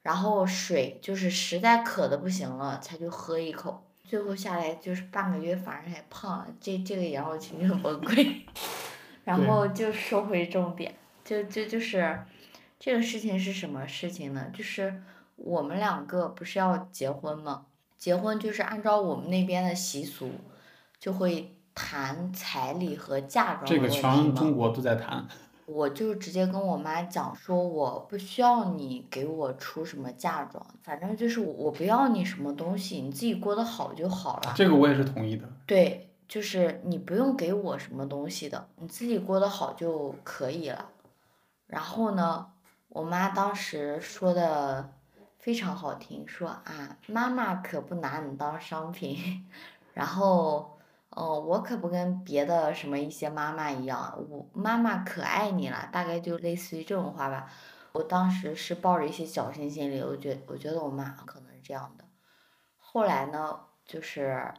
Speaker 2: 然后水就是实在渴的不行了才去喝一口，最后下来就是半个月，反而还胖了，这这个也让我情绪很崩溃。 (laughs) 然
Speaker 1: 对
Speaker 2: 后就说回重点，就就就是这个事情是什么事情呢？就是我们两个不是要结婚吗？结婚就是按照我们那边的习俗，就会谈彩礼和嫁妆
Speaker 1: 这
Speaker 2: 的
Speaker 1: 个
Speaker 2: 问题
Speaker 1: 全
Speaker 2: 嘛
Speaker 1: 中国都在谈，
Speaker 2: 我就直接跟我妈讲说，我不需要你给我出什么嫁妆，反正就是我不要你什么东西，你自己过得好就好了。
Speaker 1: 这个我也是同意的。
Speaker 2: 对，就是你不用给我什么东西的，你自己过得好就可以了。然后呢，我妈当时说的非常好听，说啊，妈妈可不拿你当商品。 (laughs) 然后，嗯、我可不跟别的什么一些妈妈一样，我妈妈可爱你了，大概就类似于这种话吧。我当时是抱着一些侥幸心理，我觉我觉得我妈可能是这样的。后来呢，就是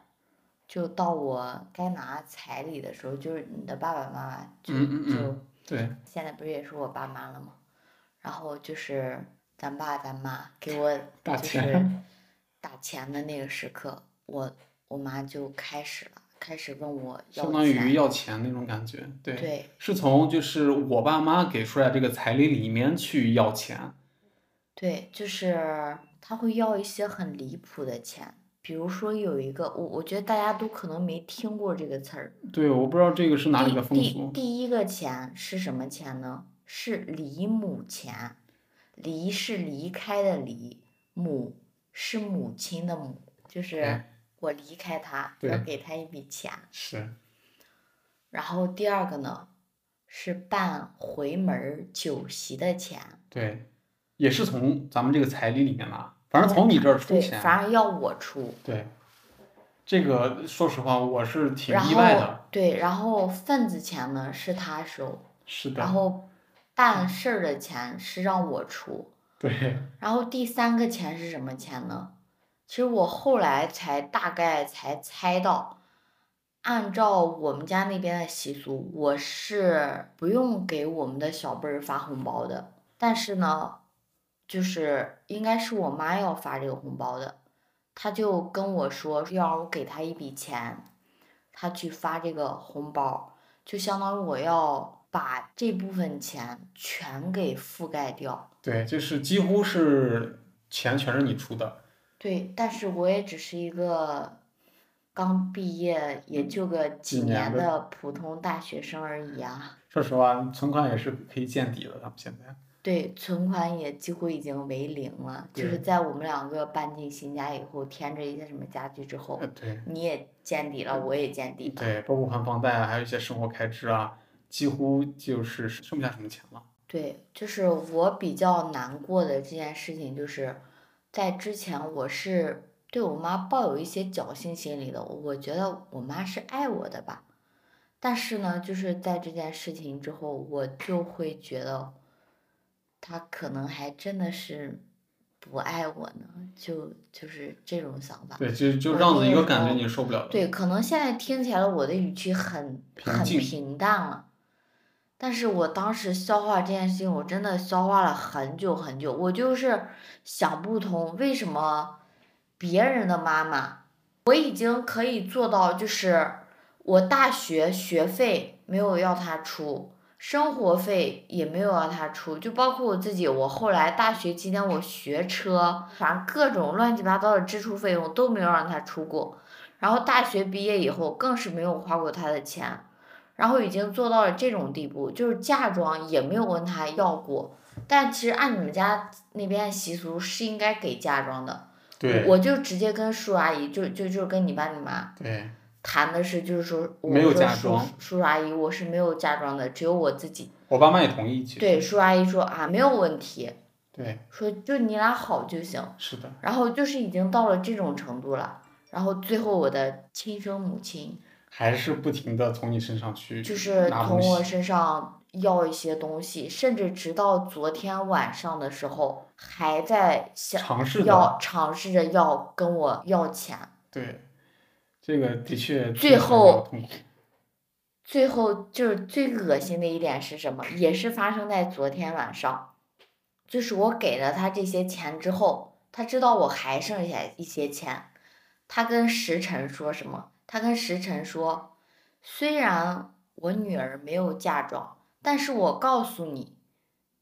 Speaker 2: 就到我该拿彩礼的时候，就是你的爸爸妈妈就
Speaker 1: 嗯嗯嗯
Speaker 2: 就
Speaker 1: 对，
Speaker 2: 现在不是也是我爸妈了吗？然后就是咱爸咱妈给
Speaker 1: (laughs)
Speaker 2: 我
Speaker 1: 大
Speaker 2: 就是
Speaker 1: 钱
Speaker 2: (laughs) 打钱的那个时刻，我我妈就开始了，开始问我要
Speaker 1: 相当于
Speaker 2: 钱
Speaker 1: 要钱那种感觉。对，
Speaker 2: 对
Speaker 1: 是从就是我爸妈给出来这个彩礼里面去要钱。
Speaker 2: 对，就是他会要一些很离谱的钱，比如说有一个我我觉得大家都可能没听过这个词儿，
Speaker 1: 对，我不知道这个是哪里
Speaker 2: 第
Speaker 1: 的风
Speaker 2: 第
Speaker 1: 俗。
Speaker 2: 第一个钱是什么钱呢？是离母钱，离是离开的离，母是母亲的母，就是
Speaker 1: 嗯
Speaker 2: 我离开他，
Speaker 1: 对
Speaker 2: 要给他一笔钱。
Speaker 1: 是，
Speaker 2: 然后第二个呢，是办回门儿酒席的钱，
Speaker 1: 对，也是从咱们这个彩礼里面拿，反正从你这儿出
Speaker 2: 对，
Speaker 1: 钱。
Speaker 2: 反而要我出。
Speaker 1: 对，这个说实话我是挺
Speaker 2: 然
Speaker 1: 意外
Speaker 2: 后
Speaker 1: 的。
Speaker 2: 对，然后份子钱呢是他收，
Speaker 1: 是
Speaker 2: 然
Speaker 1: 的，
Speaker 2: 后办事儿的钱是让我出。
Speaker 1: 对，
Speaker 2: 然后第三个钱是什么钱呢？其实我后来才大概才猜到，按照我们家那边的习俗，我是不用给我们的小辈儿发红包的。但是呢，就是应该是我妈要发这个红包的，她就跟我说要让我给她一笔钱，她去发这个红包，就相当于我要把这部分钱全给覆盖掉。
Speaker 1: 对，就是几乎是钱全是你出的，
Speaker 2: 对，但是我也只是一个刚毕业也就个几
Speaker 1: 嗯几年
Speaker 2: 年
Speaker 1: 的嗯
Speaker 2: 的普通大学生而已啊。
Speaker 1: 说实话，存款也是可以见底的。咱们现在，
Speaker 2: 对，存款也几乎已经为零了，就是
Speaker 1: 对
Speaker 2: 在我们两个搬进新家以后，添置一些什么家具之后
Speaker 1: 呃，，对
Speaker 2: 你也见底了，我也见底了。
Speaker 1: 嗯对，包括还房贷啊，还有一些生活开支啊，几乎就是剩不下什么钱了。
Speaker 2: 对，就是我比较难过的这件事情，就是在之前我是对我妈抱有一些侥幸心理的，我觉得我妈是爱我的吧。但是呢，就是在这件事情之后，我就会觉得她可能还真的是不爱我呢，就就是这种想法。
Speaker 1: 对，就就
Speaker 2: 我
Speaker 1: 这样
Speaker 2: 那
Speaker 1: 子一个
Speaker 2: 个时
Speaker 1: 感觉，
Speaker 2: 候
Speaker 1: 你是受不了的。
Speaker 2: 对，可能现在听起来我的语气很
Speaker 1: 平
Speaker 2: 很
Speaker 1: 静
Speaker 2: 平淡了，但是我当时消化这件事情，我真的消化了很久很久，我就是想不通为什么别人的妈妈，我已经可以做到就是。我大学学费没有要他出，生活费也没有要他出，就包括我自己，我后来大学期间我学车，反正各种乱七八糟的支出费用都没有让他出过。然后大学毕业以后更是没有花过他的钱，然后已经做到了这种地步，就是嫁妆也没有问他要过。但其实按你们家那边习俗是应该给嫁妆的，
Speaker 1: 对
Speaker 2: 我就直接跟叔阿姨，就就就跟你爸你妈
Speaker 1: 对，
Speaker 2: 谈的是，就是说我
Speaker 1: 没有
Speaker 2: 说
Speaker 1: 嫁
Speaker 2: 叔
Speaker 1: 妆
Speaker 2: 叔叔阿姨我是没有嫁妆的，只有我自己。
Speaker 1: 我爸妈也同意其实。
Speaker 2: 对，叔阿姨说啊没有问题，
Speaker 1: 对，
Speaker 2: 说就你俩好就行。
Speaker 1: 是的，
Speaker 2: 然后就是已经到了这种程度了，然后最后我的亲生母亲。
Speaker 1: 还是不停的从你身上去
Speaker 2: 就是
Speaker 1: 拿
Speaker 2: 从
Speaker 1: 东
Speaker 2: 我
Speaker 1: 西。
Speaker 2: 身上要一些东西，甚至直到昨天晚上的时候，还在想
Speaker 1: 尝试的
Speaker 2: 要尝试着要跟我要钱。
Speaker 1: 对，这个的确确
Speaker 2: 最
Speaker 1: 实比较
Speaker 2: 后
Speaker 1: 痛苦。
Speaker 2: 最后就是最恶心的一点是什么？也是发生在昨天晚上，就是我给了他这些钱之后，他知道我还剩下一些钱，他跟石晨说什么？他跟石晨说，虽然我女儿没有嫁妆，但是我告诉你，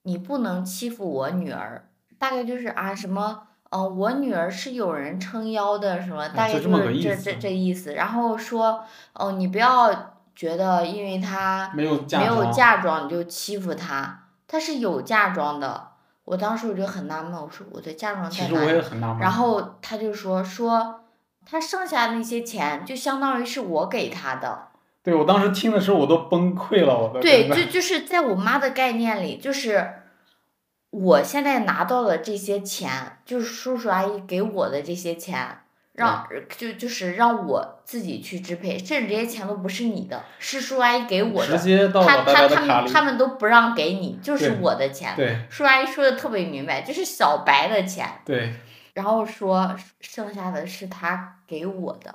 Speaker 2: 你不能欺负我女儿。大概就是啊什么，嗯、我女儿是有人撑腰的，什么大
Speaker 1: 啊就
Speaker 2: 概
Speaker 1: 这么个
Speaker 2: 是
Speaker 1: 意
Speaker 2: 这
Speaker 1: 思
Speaker 2: 这这意思。然后说，哦、你不要觉得因为她
Speaker 1: 没有嫁
Speaker 2: 没有
Speaker 1: 妆
Speaker 2: 嫁妆你就欺负她，她是有嫁妆的。我当时我就很纳闷，我说我的嫁妆
Speaker 1: 其
Speaker 2: 在
Speaker 1: 实
Speaker 2: 哪
Speaker 1: 我
Speaker 2: 里？
Speaker 1: 也很纳闷。
Speaker 2: 然后他就说说，他剩下那些钱就相当于是我给他的，
Speaker 1: 对我当时听的时候我都崩溃了，我的
Speaker 2: 对，
Speaker 1: 真的
Speaker 2: 就就是在我妈的概念里，就是我现在拿到了这些钱，就是叔叔阿姨给我的这些钱，让
Speaker 1: 嗯
Speaker 2: 就就是让我自己去支配，甚至这些钱都不是你的，是叔叔阿姨给我
Speaker 1: 直
Speaker 2: 的，
Speaker 1: 接到
Speaker 2: 他
Speaker 1: 老大家
Speaker 2: 他
Speaker 1: 的
Speaker 2: 他
Speaker 1: 卡
Speaker 2: 们
Speaker 1: 里。
Speaker 2: 他们都不让给你，就是
Speaker 1: 对
Speaker 2: 我的钱。
Speaker 1: 对
Speaker 2: 叔叔阿姨说的特别明白，就是小白的钱。
Speaker 1: 对，
Speaker 2: 然后说剩下的是他给我的。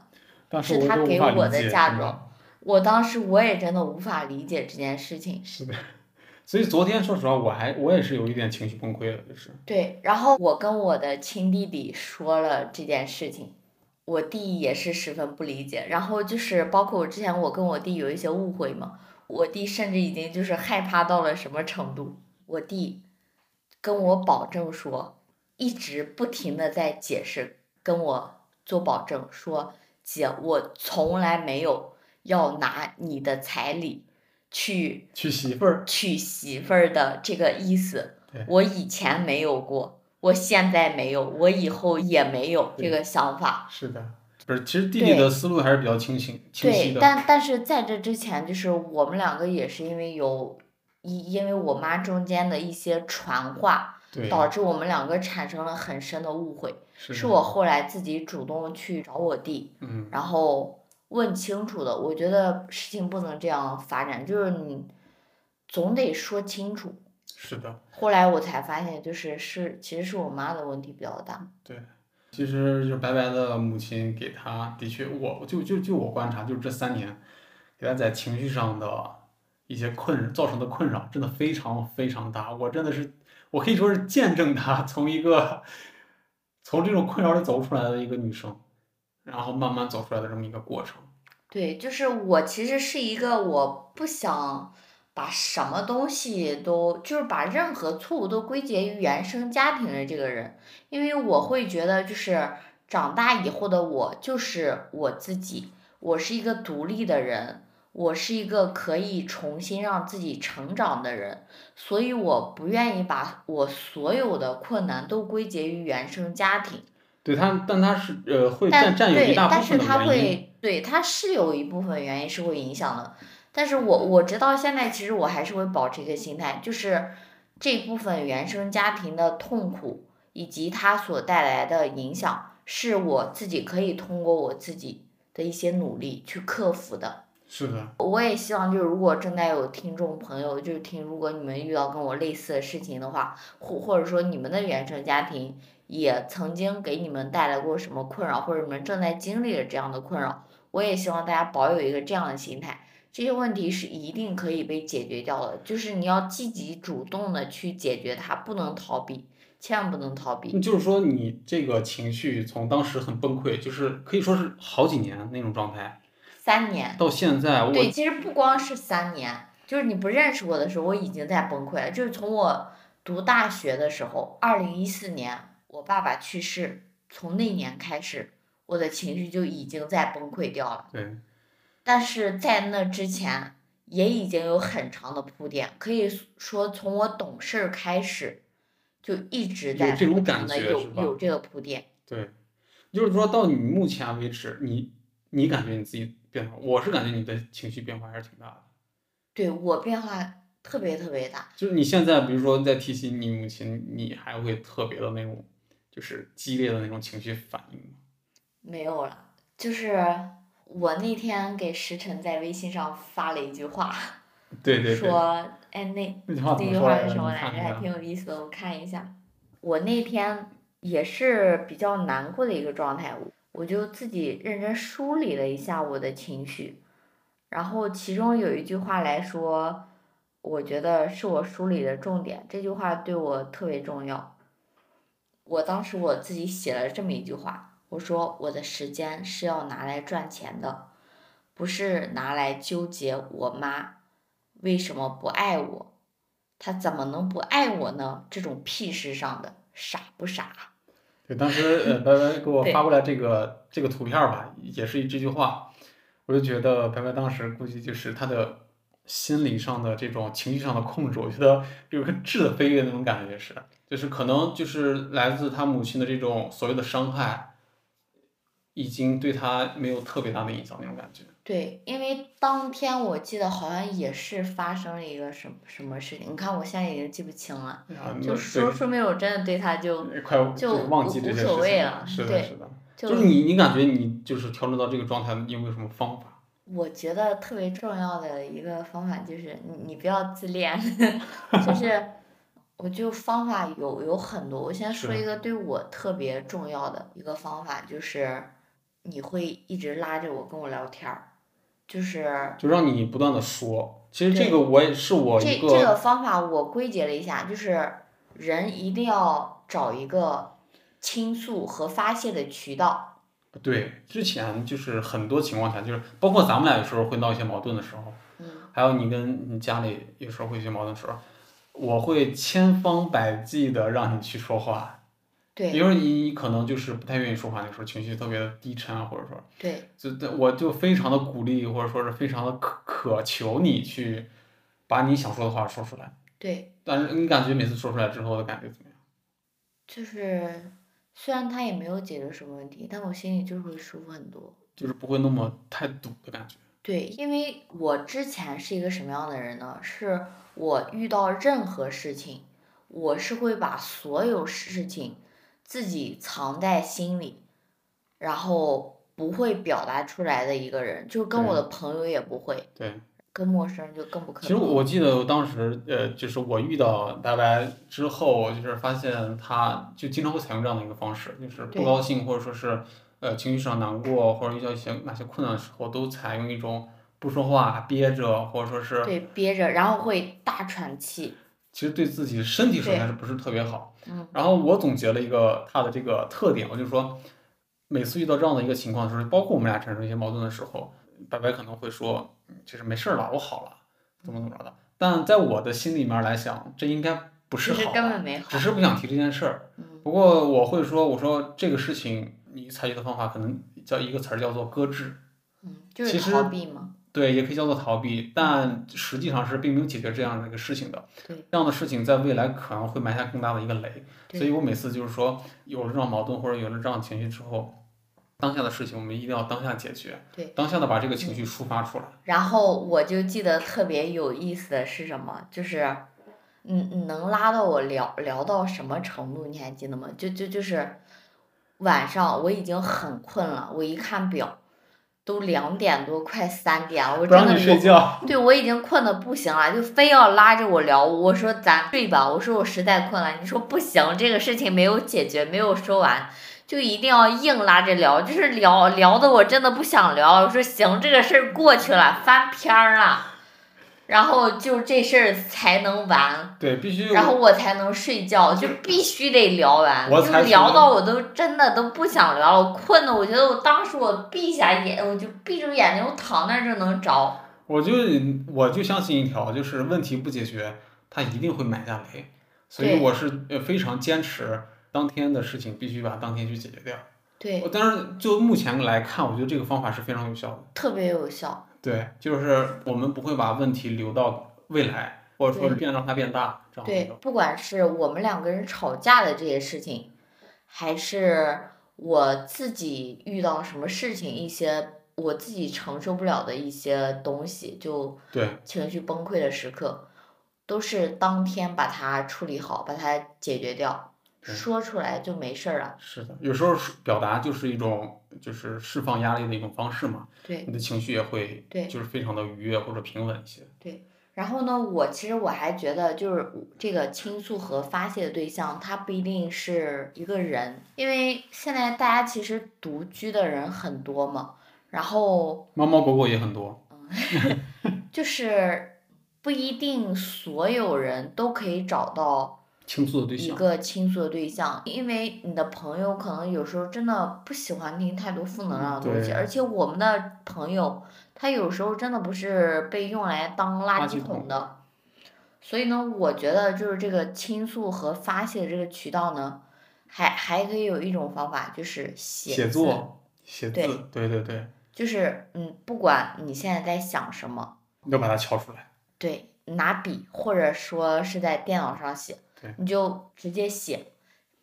Speaker 1: 当时
Speaker 2: 是
Speaker 1: 我
Speaker 2: 他
Speaker 1: 都
Speaker 2: 给
Speaker 1: 无法
Speaker 2: 我
Speaker 1: 理
Speaker 2: 的
Speaker 1: 解。
Speaker 2: 嫁
Speaker 1: 真的
Speaker 2: 妆我当时我也真的无法理解这件事情。
Speaker 1: 是的，所以昨天说实话，我还我也是有一点情绪崩溃了，就是
Speaker 2: 对，然后我跟我的亲弟弟说了这件事情，我弟也是十分不理解。然后就是包括我之前我跟我弟有一些误会嘛，我弟甚至已经就是害怕到了什么程度。我弟跟我保证说，一直不停的在解释，跟我做保证说，姐，我从来没有要拿你的彩礼去
Speaker 1: 娶媳妇儿，
Speaker 2: 娶媳妇儿的这个意思
Speaker 1: 对，
Speaker 2: 我以前没有过，我现在没有，我以后也没有
Speaker 1: 对
Speaker 2: 这个想法。
Speaker 1: 是的，不是，其实弟弟的
Speaker 2: 对
Speaker 1: 思路还是比较清醒清晰
Speaker 2: 对，
Speaker 1: 的，
Speaker 2: 但但是在这之前，就是我们两个也是因为有因因为我妈中间的一些传话，
Speaker 1: 对，
Speaker 2: 导致我们两个产生了很深的误会。
Speaker 1: 是
Speaker 2: 是
Speaker 1: 的
Speaker 2: 我后来自己主动去找我弟，
Speaker 1: 嗯，
Speaker 2: 然后问清楚的。我觉得事情不能这样发展，就是你总得说清楚。
Speaker 1: 是的，
Speaker 2: 后来我才发现，就是是其实是我妈的问题比较大。
Speaker 1: 对。其实就是白白的母亲给他，的确，我就就就我观察，就是这三年，给他在情绪上的一些困造成的困扰，真的非常非常大。我真的是，我可以说是见证他从一个从这种困扰里走出来的一个女生，然后慢慢走出来的这么一个过程。
Speaker 2: 对，就是我其实是一个我不想把什么东西都，就是把任何错误都归结于原生家庭的这个人，因为我会觉得就是长大以后的我就是我自己，我是一个独立的人，我是一个可以重新让自己成长的人，所以我不愿意把我所有的困难都归结于原生家庭。
Speaker 1: 对他，但他是呃会占
Speaker 2: 但
Speaker 1: 占有一
Speaker 2: 对，
Speaker 1: 大
Speaker 2: 但
Speaker 1: 部
Speaker 2: 是
Speaker 1: 分的
Speaker 2: 它
Speaker 1: 原因，
Speaker 2: 会，对，它是有一部分原因是会影响的。但是我我直到现在，其实我还是会保持一个心态，就是这部分原生家庭的痛苦以及它所带来的影响，是我自己可以通过我自己的一些努力去克服的。
Speaker 1: 是的，
Speaker 2: 我也希望，就是如果正在有听众朋友，就是听，如果你们遇到跟我类似的事情的话，或或者说你们的原生家庭也曾经给你们带来过什么困扰，或者你们正在经历着这样的困扰，我也希望大家保有一个这样的心态，这些问题是一定可以被解决掉的，就是你要积极主动的去解决它，不能逃避，千万不能逃避。
Speaker 1: 嗯就是说你这个情绪从当时很崩溃，就是可以说是好几年那种状态，
Speaker 2: 三年。
Speaker 1: 到现在我
Speaker 2: 对，其实不光是三年，就是你不认识我的时候，我已经在崩溃了。就是从我读大学的时候，二零一四年我爸爸去世，从那年开始，我的情绪就已经在崩溃掉了。
Speaker 1: 对
Speaker 2: 但是在那之前，也已经有很长的铺垫，可以说从我懂事儿开始，就一直在
Speaker 1: 有这种
Speaker 2: 不停的
Speaker 1: 感觉
Speaker 2: 有
Speaker 1: 是吧
Speaker 2: 有这个铺垫。
Speaker 1: 对，就是说到你目前为止，你你感觉你自己变化，我是感觉你的情绪变化还是挺大的。
Speaker 2: 对我变化特别特别大，
Speaker 1: 就是你现在，比如说在提起你母亲，你还会特别的那种，就是激烈的那种情绪反应吗？
Speaker 2: 没有了。就是我那天给石晨在微信上发了一句话，
Speaker 1: 对对对，
Speaker 2: 说，哎，那
Speaker 1: 那句话怎
Speaker 2: 那
Speaker 1: 么
Speaker 2: 句
Speaker 1: 说
Speaker 2: 话
Speaker 1: 来
Speaker 2: 是
Speaker 1: 着？
Speaker 2: 什么
Speaker 1: 你
Speaker 2: 来
Speaker 1: 看
Speaker 2: 着？
Speaker 1: 一
Speaker 2: 还
Speaker 1: 下啊
Speaker 2: 挺有意思的，我看一下。我那天也是比较难过的一个状态，我就自己认真梳理了一下我的情绪，然后其中有一句话来说，我觉得是我梳理的重点，这句话对我特别重要。我当时我自己写了这么一句话，我说我的时间是要拿来赚钱的，不是拿来纠结我妈为什么不爱我，她怎么能不爱我呢？这种屁事上的傻不傻？啊
Speaker 1: 对，当时呃，白白给我
Speaker 2: 对
Speaker 1: 发过来这个这个图片儿吧，也是这句话，我就觉得白白当时估计就是他的心理上的这种情绪上的控制，我觉得有一个质的飞跃那种感觉是，就是可能就是来自他母亲的这种所谓的伤害，已经对他没有特别大的影响那种感觉。
Speaker 2: 对，因为当天我记得好像也是发生了一个什么什么事情，你看我现在已经记不清了，
Speaker 1: 啊，那
Speaker 2: 嗯就说说明我真的对他就
Speaker 1: 对，快
Speaker 2: 就
Speaker 1: 忘记
Speaker 2: 无
Speaker 1: 这
Speaker 2: 无
Speaker 1: 些事
Speaker 2: 所
Speaker 1: 情
Speaker 2: 谓
Speaker 1: 了，
Speaker 2: 了
Speaker 1: 是的，
Speaker 2: 对
Speaker 1: 是的，嗯
Speaker 2: 就
Speaker 1: 就是你你感觉你就是调整到这个状态，你有没有什么方法？
Speaker 2: 我觉得特别重要的一个方法就是你你不要自恋，
Speaker 1: (laughs)
Speaker 2: 就是我就方法有有很多，我先说
Speaker 1: 是啊
Speaker 2: 一个对我特别重要的一个方法，就是你会一直拉着我跟我聊天儿，就是
Speaker 1: 就让你不断的说。其实这
Speaker 2: 对
Speaker 1: 个我也是我
Speaker 2: 这
Speaker 1: 一
Speaker 2: 这个方法我归结了一下，就是人一定要找一个倾诉和发泄的渠道，
Speaker 1: 对之前就是很多情况下，就是包括咱们俩有时候会闹一些矛盾的时候，
Speaker 2: 嗯，
Speaker 1: 还有你跟你家里有时候会有些矛盾的时候，我会千方百计的让你去说话，比
Speaker 2: 对
Speaker 1: 如说你可能就是不太愿意说话，那时候情绪特别的低沉啊，或者说
Speaker 2: 对
Speaker 1: 就就我就非常的鼓励，或者说是非常的渴渴求你去把你想说的话说出来。
Speaker 2: 对，
Speaker 1: 但是你感觉每次说出来之后的感觉怎么样？
Speaker 2: 就是虽然他也没有解决什么问题，但我心里就是会舒服很多。
Speaker 1: 就是不会那么太堵的感觉。
Speaker 2: 对，因为我之前是一个什么样的人呢？是我遇到任何事情，我是会把所有事情自己藏在心里，然后不会表达出来的一个人，就跟我的朋友也不会，
Speaker 1: 对，
Speaker 2: 跟陌生人就更不可
Speaker 1: 其
Speaker 2: 能。
Speaker 1: 实我记得我当时，呃，就是我遇到白白之后，就是发现他就经常会采用这样的一个方式，就是不
Speaker 2: 对
Speaker 1: 高兴或者说是呃情绪上难过或者遇到一些哪些困难的时候，都采用一种不说话、憋着，或者说是
Speaker 2: 对憋着，然后会大喘气，
Speaker 1: 其实对自己身体首先
Speaker 2: 对
Speaker 1: 是不是特别好。
Speaker 2: 嗯，
Speaker 1: 然后我总结了一个他的这个特点，我就说，每次遇到这样的一个情况的时候，包括我们俩产生一些矛盾的时候，白白可能会说，嗯就是没事儿了，我好了，怎么怎么着的。但在我的心里面来想，这应该不是
Speaker 2: 其实
Speaker 1: 好
Speaker 2: 根
Speaker 1: 了
Speaker 2: 本没好
Speaker 1: 只。是不想提这件事儿。
Speaker 2: 嗯，
Speaker 1: 不过我会说，我说这个事情你采取的方法可能叫一个词儿叫做搁置，
Speaker 2: 嗯，就
Speaker 1: 其实
Speaker 2: 是逃避嘛。
Speaker 1: 对，也可以叫做逃
Speaker 2: 嗯
Speaker 1: 避，但实际上是并没有解决这样的一个事情的。
Speaker 2: 对，
Speaker 1: 这样的事情在未来可能会埋下更大的一个雷。
Speaker 2: 对
Speaker 1: 所以我每次就是说，有了这种矛盾或者有了这样的情绪之后，当下的事情我们一定要当下解决，
Speaker 2: 对嗯
Speaker 1: 当下的把这个情绪抒发出来。
Speaker 2: 然后我就记得特别有意思的是什么，就是，嗯，能拉到我聊聊到什么程度，你还记得吗？就就就是，晚上我已经很困了，我一看表，都两点多，快三点了，我
Speaker 1: 不
Speaker 2: 真
Speaker 1: 让
Speaker 2: 的
Speaker 1: 你睡
Speaker 2: 我
Speaker 1: 觉，
Speaker 2: 对我已经困得不行了，就非要拉着我聊。我说咱睡吧，我说我实在困了。你说不行，这个事情没有解决，没有说完，就一定要硬拉着聊，就是聊聊的我真的不想聊。我说行，这个事儿过去了，翻篇儿了。然后就这事儿才能完，
Speaker 1: 对，必须
Speaker 2: 然后我才能睡觉，就必须得聊完，
Speaker 1: 我
Speaker 2: 就
Speaker 1: 才
Speaker 2: 聊
Speaker 1: 行
Speaker 2: 到我都真的都不想聊了，我困的，我觉得我当时我闭下眼，我就闭着眼睛，我躺那儿就能着。
Speaker 1: 我就我就相信一条，就是问题不解决，它一定会埋下雷。所以
Speaker 2: 对
Speaker 1: 我是呃非常坚持当天的事情必须把当天去解决掉。
Speaker 2: 对，
Speaker 1: 我但是就目前来看，我觉得这个方法是非常有效的。
Speaker 2: 特别有效。
Speaker 1: 对，就是我们不会把问题留到未来，或者说
Speaker 2: 对
Speaker 1: 变让它变大这样的一
Speaker 2: 对
Speaker 1: 种。，
Speaker 2: 不管是我们两个人吵架的这些事情，还是我自己遇到什么事情，一些我自己承受不了的一些东西，就
Speaker 1: 对
Speaker 2: 情绪崩溃的时刻，都是当天把它处理好，把它解决掉，
Speaker 1: 对
Speaker 2: 说出来就没事儿了。
Speaker 1: 是的，有时候是表达就是一种就是释放压力的一种方式嘛，
Speaker 2: 对
Speaker 1: 你的情绪也会
Speaker 2: 对
Speaker 1: 就是非常的愉悦或者平稳一些。
Speaker 2: 然后呢，我其实我还觉得，就是这个倾诉和发泄的对象，他不一定是一个人，因为现在大家其实独居的人很多嘛，然后
Speaker 1: 猫猫狗狗也很多，
Speaker 2: 就是不一定所有人都可以找到
Speaker 1: 倾诉的对
Speaker 2: 一
Speaker 1: 象。
Speaker 2: 个倾诉的对象，因为你的朋友可能有时候真的不喜欢听太多负能量的东西，
Speaker 1: 对
Speaker 2: 而且我们的朋友他有时候真的不是被用来当垃
Speaker 1: 垃
Speaker 2: 圾
Speaker 1: 圾桶
Speaker 2: 桶的，所以呢，我觉得就是这个倾诉和发泄这个渠道呢，还还可以有一种方法就是写
Speaker 1: 写
Speaker 2: 字
Speaker 1: 作、写字
Speaker 2: 对，
Speaker 1: 对对对，
Speaker 2: 就是嗯，不管你现在在想什么。
Speaker 1: 要把它敲出来。
Speaker 2: 对，拿笔或者说是在电脑上写
Speaker 1: 对，
Speaker 2: 你就直接写，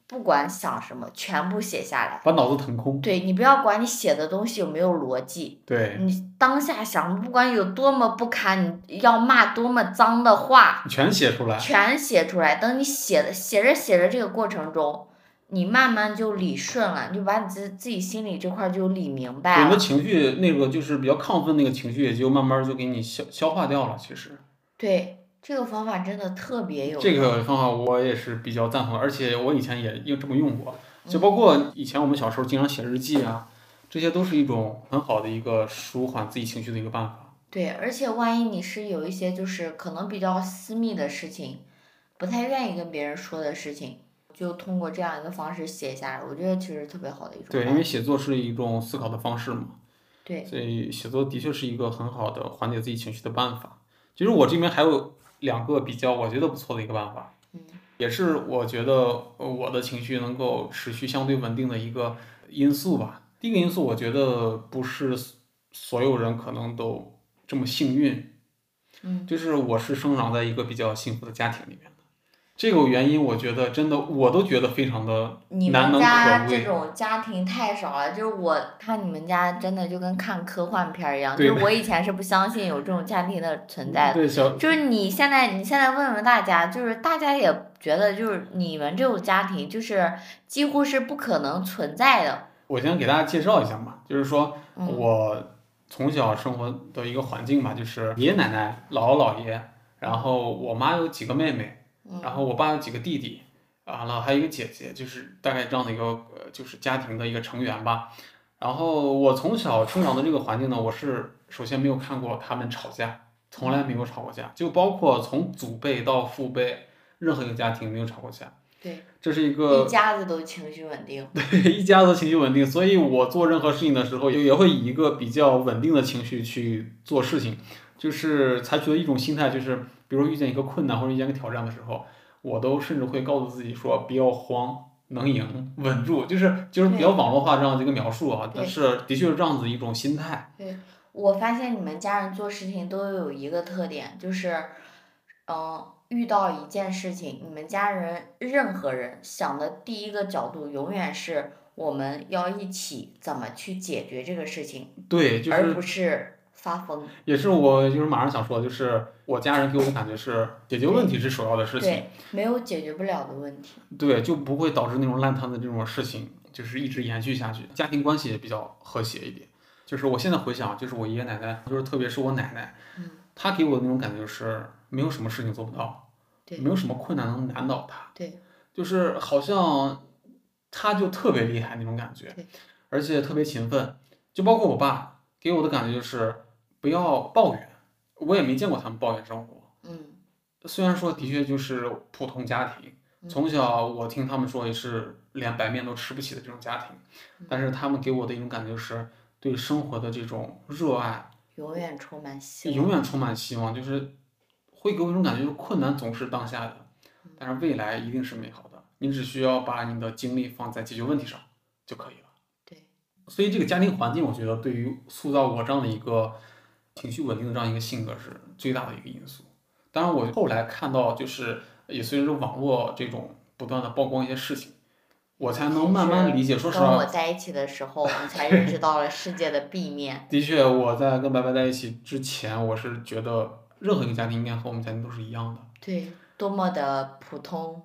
Speaker 2: 不管想什么，全部写下来。
Speaker 1: 把脑子腾空。
Speaker 2: 对你不要管你写的东西有没有逻辑，
Speaker 1: 对，
Speaker 2: 你当下想，不管有多么不堪，你要骂多么脏的话，
Speaker 1: 全写出来。
Speaker 2: 全写出来。等你写的写着写着这个过程中，你慢慢就理顺了，你就把你自自己心里这块儿就理明
Speaker 1: 对
Speaker 2: 白
Speaker 1: 你的
Speaker 2: 了。
Speaker 1: 情绪那个就是比较亢奋，那个情绪也就慢慢就给你消消化掉了。其实
Speaker 2: 对，这个方法真的特别有
Speaker 1: 这
Speaker 2: 用
Speaker 1: 个方法我也是比较赞同的，而且我以前也用这么用过，就
Speaker 2: 嗯
Speaker 1: 包括以前我们小时候经常写日记啊，这些都是一种很好的一个舒缓自己情绪的一个办法。
Speaker 2: 对，
Speaker 1: 嗯
Speaker 2: 而且万一你是有一些就是可能比较私密的事情，不太愿意跟别人说的事情，就通过这样一个方式写下来，我觉得其实特别好的一种
Speaker 1: 对，
Speaker 2: 方
Speaker 1: 因为
Speaker 2: 式
Speaker 1: 写作是一种思考的方式嘛，
Speaker 2: 对，
Speaker 1: 所以写作的确是一个很好的缓解自己情绪的办法。其实我这边还有两个比较我觉得不错的一个办法，
Speaker 2: 嗯，
Speaker 1: 也是我觉得呃我的情绪能够持续相对稳定的一个因素吧。第一个因素，我觉得不是所有人可能都这么幸运，
Speaker 2: 嗯，
Speaker 1: 就是我是生长在一个比较幸福的家庭里面的。这个原因，我觉得真的我都觉得非常的
Speaker 2: 你
Speaker 1: 难
Speaker 2: 们
Speaker 1: 能
Speaker 2: 家
Speaker 1: 可
Speaker 2: 这
Speaker 1: 贵。
Speaker 2: 种家庭太少了，就是我看你们家真的就跟看科幻片儿一样，就
Speaker 1: 对嗯
Speaker 2: 是我以前是不相信有这种家庭的存在的。
Speaker 1: 对小
Speaker 2: 就是你现在，你现在问问大家，就是大家也觉得，就是你们这种家庭，就是几乎是不可能存在的。
Speaker 1: 我先给大家介绍一下嘛，就是说
Speaker 2: 嗯、
Speaker 1: 我从小生活的一个环境吧，就是爷爷奶奶、姥姥姥爷，然后我妈有几个妹妹，
Speaker 2: 嗯
Speaker 1: 然后我爸有几个弟弟，啊，然后还有一个姐姐，就是大概这样的一个呃，就是家庭的一个成员吧。然后我从小成长的这个环境呢，我是首先没有看过他们吵架，从来没有吵过架，就包括从祖辈到父辈，任何一个家庭没有吵过架。
Speaker 2: 对，
Speaker 1: 这是一个
Speaker 2: 一家子都情绪稳定。
Speaker 1: 一家都情绪稳定，所以我做任何事情的时候，也也会以一个比较稳定的情绪去做事情，就是采取的一种心态，就是比如遇见一个困难或者遇见一个挑战的时候，我都甚至会告诉自己说不要慌，能赢，稳住，就是就是比较网络化这样的一个描述啊，
Speaker 2: 对
Speaker 1: 但是的确是这样子一种心态，
Speaker 2: 我发现你们家人做事情都有一个特点，就是，嗯、遇到一件事情，你们家人任何人想的第一个角度永远是我们要一起怎么去解决这个事情，
Speaker 1: 对，就
Speaker 2: 而
Speaker 1: 是
Speaker 2: 不是发疯。
Speaker 1: 也是我就是马上想说的，就是我家人给我的感觉是解决问题是首要的事情，
Speaker 2: 对，没有解决不了的问题。
Speaker 1: 对，就不会导致那种烂摊子这种事情，就是一直延续下去，家庭关系也比较和谐一点。就是我现在回想，就是我爷爷奶奶，就是特别是我奶奶，
Speaker 2: 嗯
Speaker 1: 她给我的那种感觉就是没有什么事情做不到，
Speaker 2: 对
Speaker 1: 没有什么困难能难倒她，
Speaker 2: 对，
Speaker 1: 就是好像她就特别厉害那种感觉
Speaker 2: 对，
Speaker 1: 而且特别勤奋。就包括我爸给我的感觉就是不要抱怨，我也没见过他们抱怨生活。
Speaker 2: 嗯
Speaker 1: 虽然说的确就是普通家庭，
Speaker 2: 嗯
Speaker 1: 从小我听他们说也是连白面都吃不起的这种家庭，但是他们给我的一种感觉就是对生活的这种热爱，
Speaker 2: 永远充满希望。
Speaker 1: 永远充满希望，就是会给我一种感觉，就是困难总是当下的，
Speaker 2: 嗯
Speaker 1: 但是未来一定是美好的。你只需要把你的精力放在解决问题上就可以了。
Speaker 2: 对，
Speaker 1: 所以这个家庭环境，我觉得对于塑造我这样的一个情绪稳定的这样一个性格是最大的一个因素。当然，我后来看到就是也随着网络这种不断的曝光一些事情，我才能慢慢理解。说实
Speaker 2: 跟我
Speaker 1: 话，
Speaker 2: 在一起的时候，你才认识到了世界的 (laughs) B 面。
Speaker 1: 的确我在跟白白在一起之前，我是觉得任何一个家庭应该和我们家庭都是一样的，
Speaker 2: 对，多么的普通，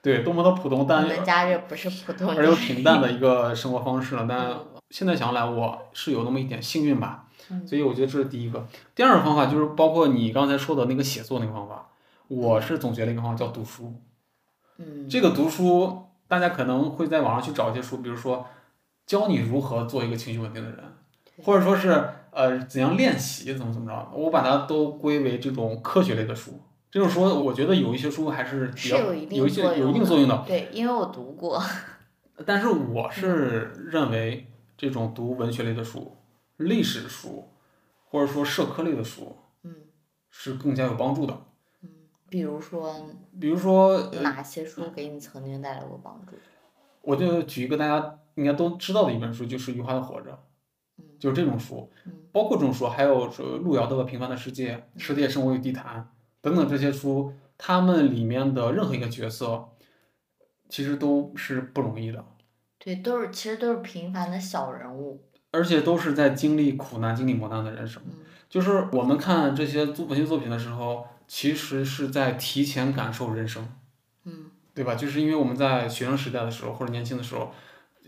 Speaker 1: 对，多么的普通，但
Speaker 2: 我们家这不是普通
Speaker 1: 而又
Speaker 2: 人。
Speaker 1: 平淡的一个生活方式了。但
Speaker 2: 嗯
Speaker 1: 现在想来，我是有那么一点幸运吧。
Speaker 2: 嗯
Speaker 1: 所以我觉得这是第一个。第二个方法就是包括你刚才说的那个写作那个方法，我是总结了一个方法叫读书。
Speaker 2: 嗯，
Speaker 1: 这个读书，大家可能会在网上去找一些书，比如说教你如何做一个情绪稳定的人，
Speaker 2: 对
Speaker 1: 或者说是呃怎样练习，怎么怎么着。我把它都归为这种科学类的书。这种书，我觉得有一些书还是比
Speaker 2: 是
Speaker 1: 较
Speaker 2: 有一定
Speaker 1: 有一些
Speaker 2: 作
Speaker 1: 有一
Speaker 2: 用
Speaker 1: 定
Speaker 2: 的
Speaker 1: 作用的，
Speaker 2: 对，因为我读过。
Speaker 1: 但是我是
Speaker 2: 嗯
Speaker 1: 认为，这种读文学类的书、历史书，或者说社科类的书，
Speaker 2: 嗯
Speaker 1: 是更加有帮助的。
Speaker 2: 嗯，比如说
Speaker 1: 比如说，呃
Speaker 2: 哪些书给你曾经带来过帮助？
Speaker 1: 我就举一个大家应该都知道的一本书，就是《余华的《活着》，
Speaker 2: 嗯
Speaker 1: 就是这种书，
Speaker 2: 嗯
Speaker 1: 包括这种书，还有说路遥的《平凡的世界》《世界生活与地坛》等等这些书，他们里面的任何一个角色，其实都是不容易的，
Speaker 2: 对，都是其实都是平凡的小人物。
Speaker 1: 而且都是在经历苦难、经历磨难的人生。
Speaker 2: 嗯
Speaker 1: 就是我们看这些作文学作品的时候，其实是在提前感受人生，
Speaker 2: 嗯
Speaker 1: 对吧？就是因为我们在学生时代的时候或者年轻的时候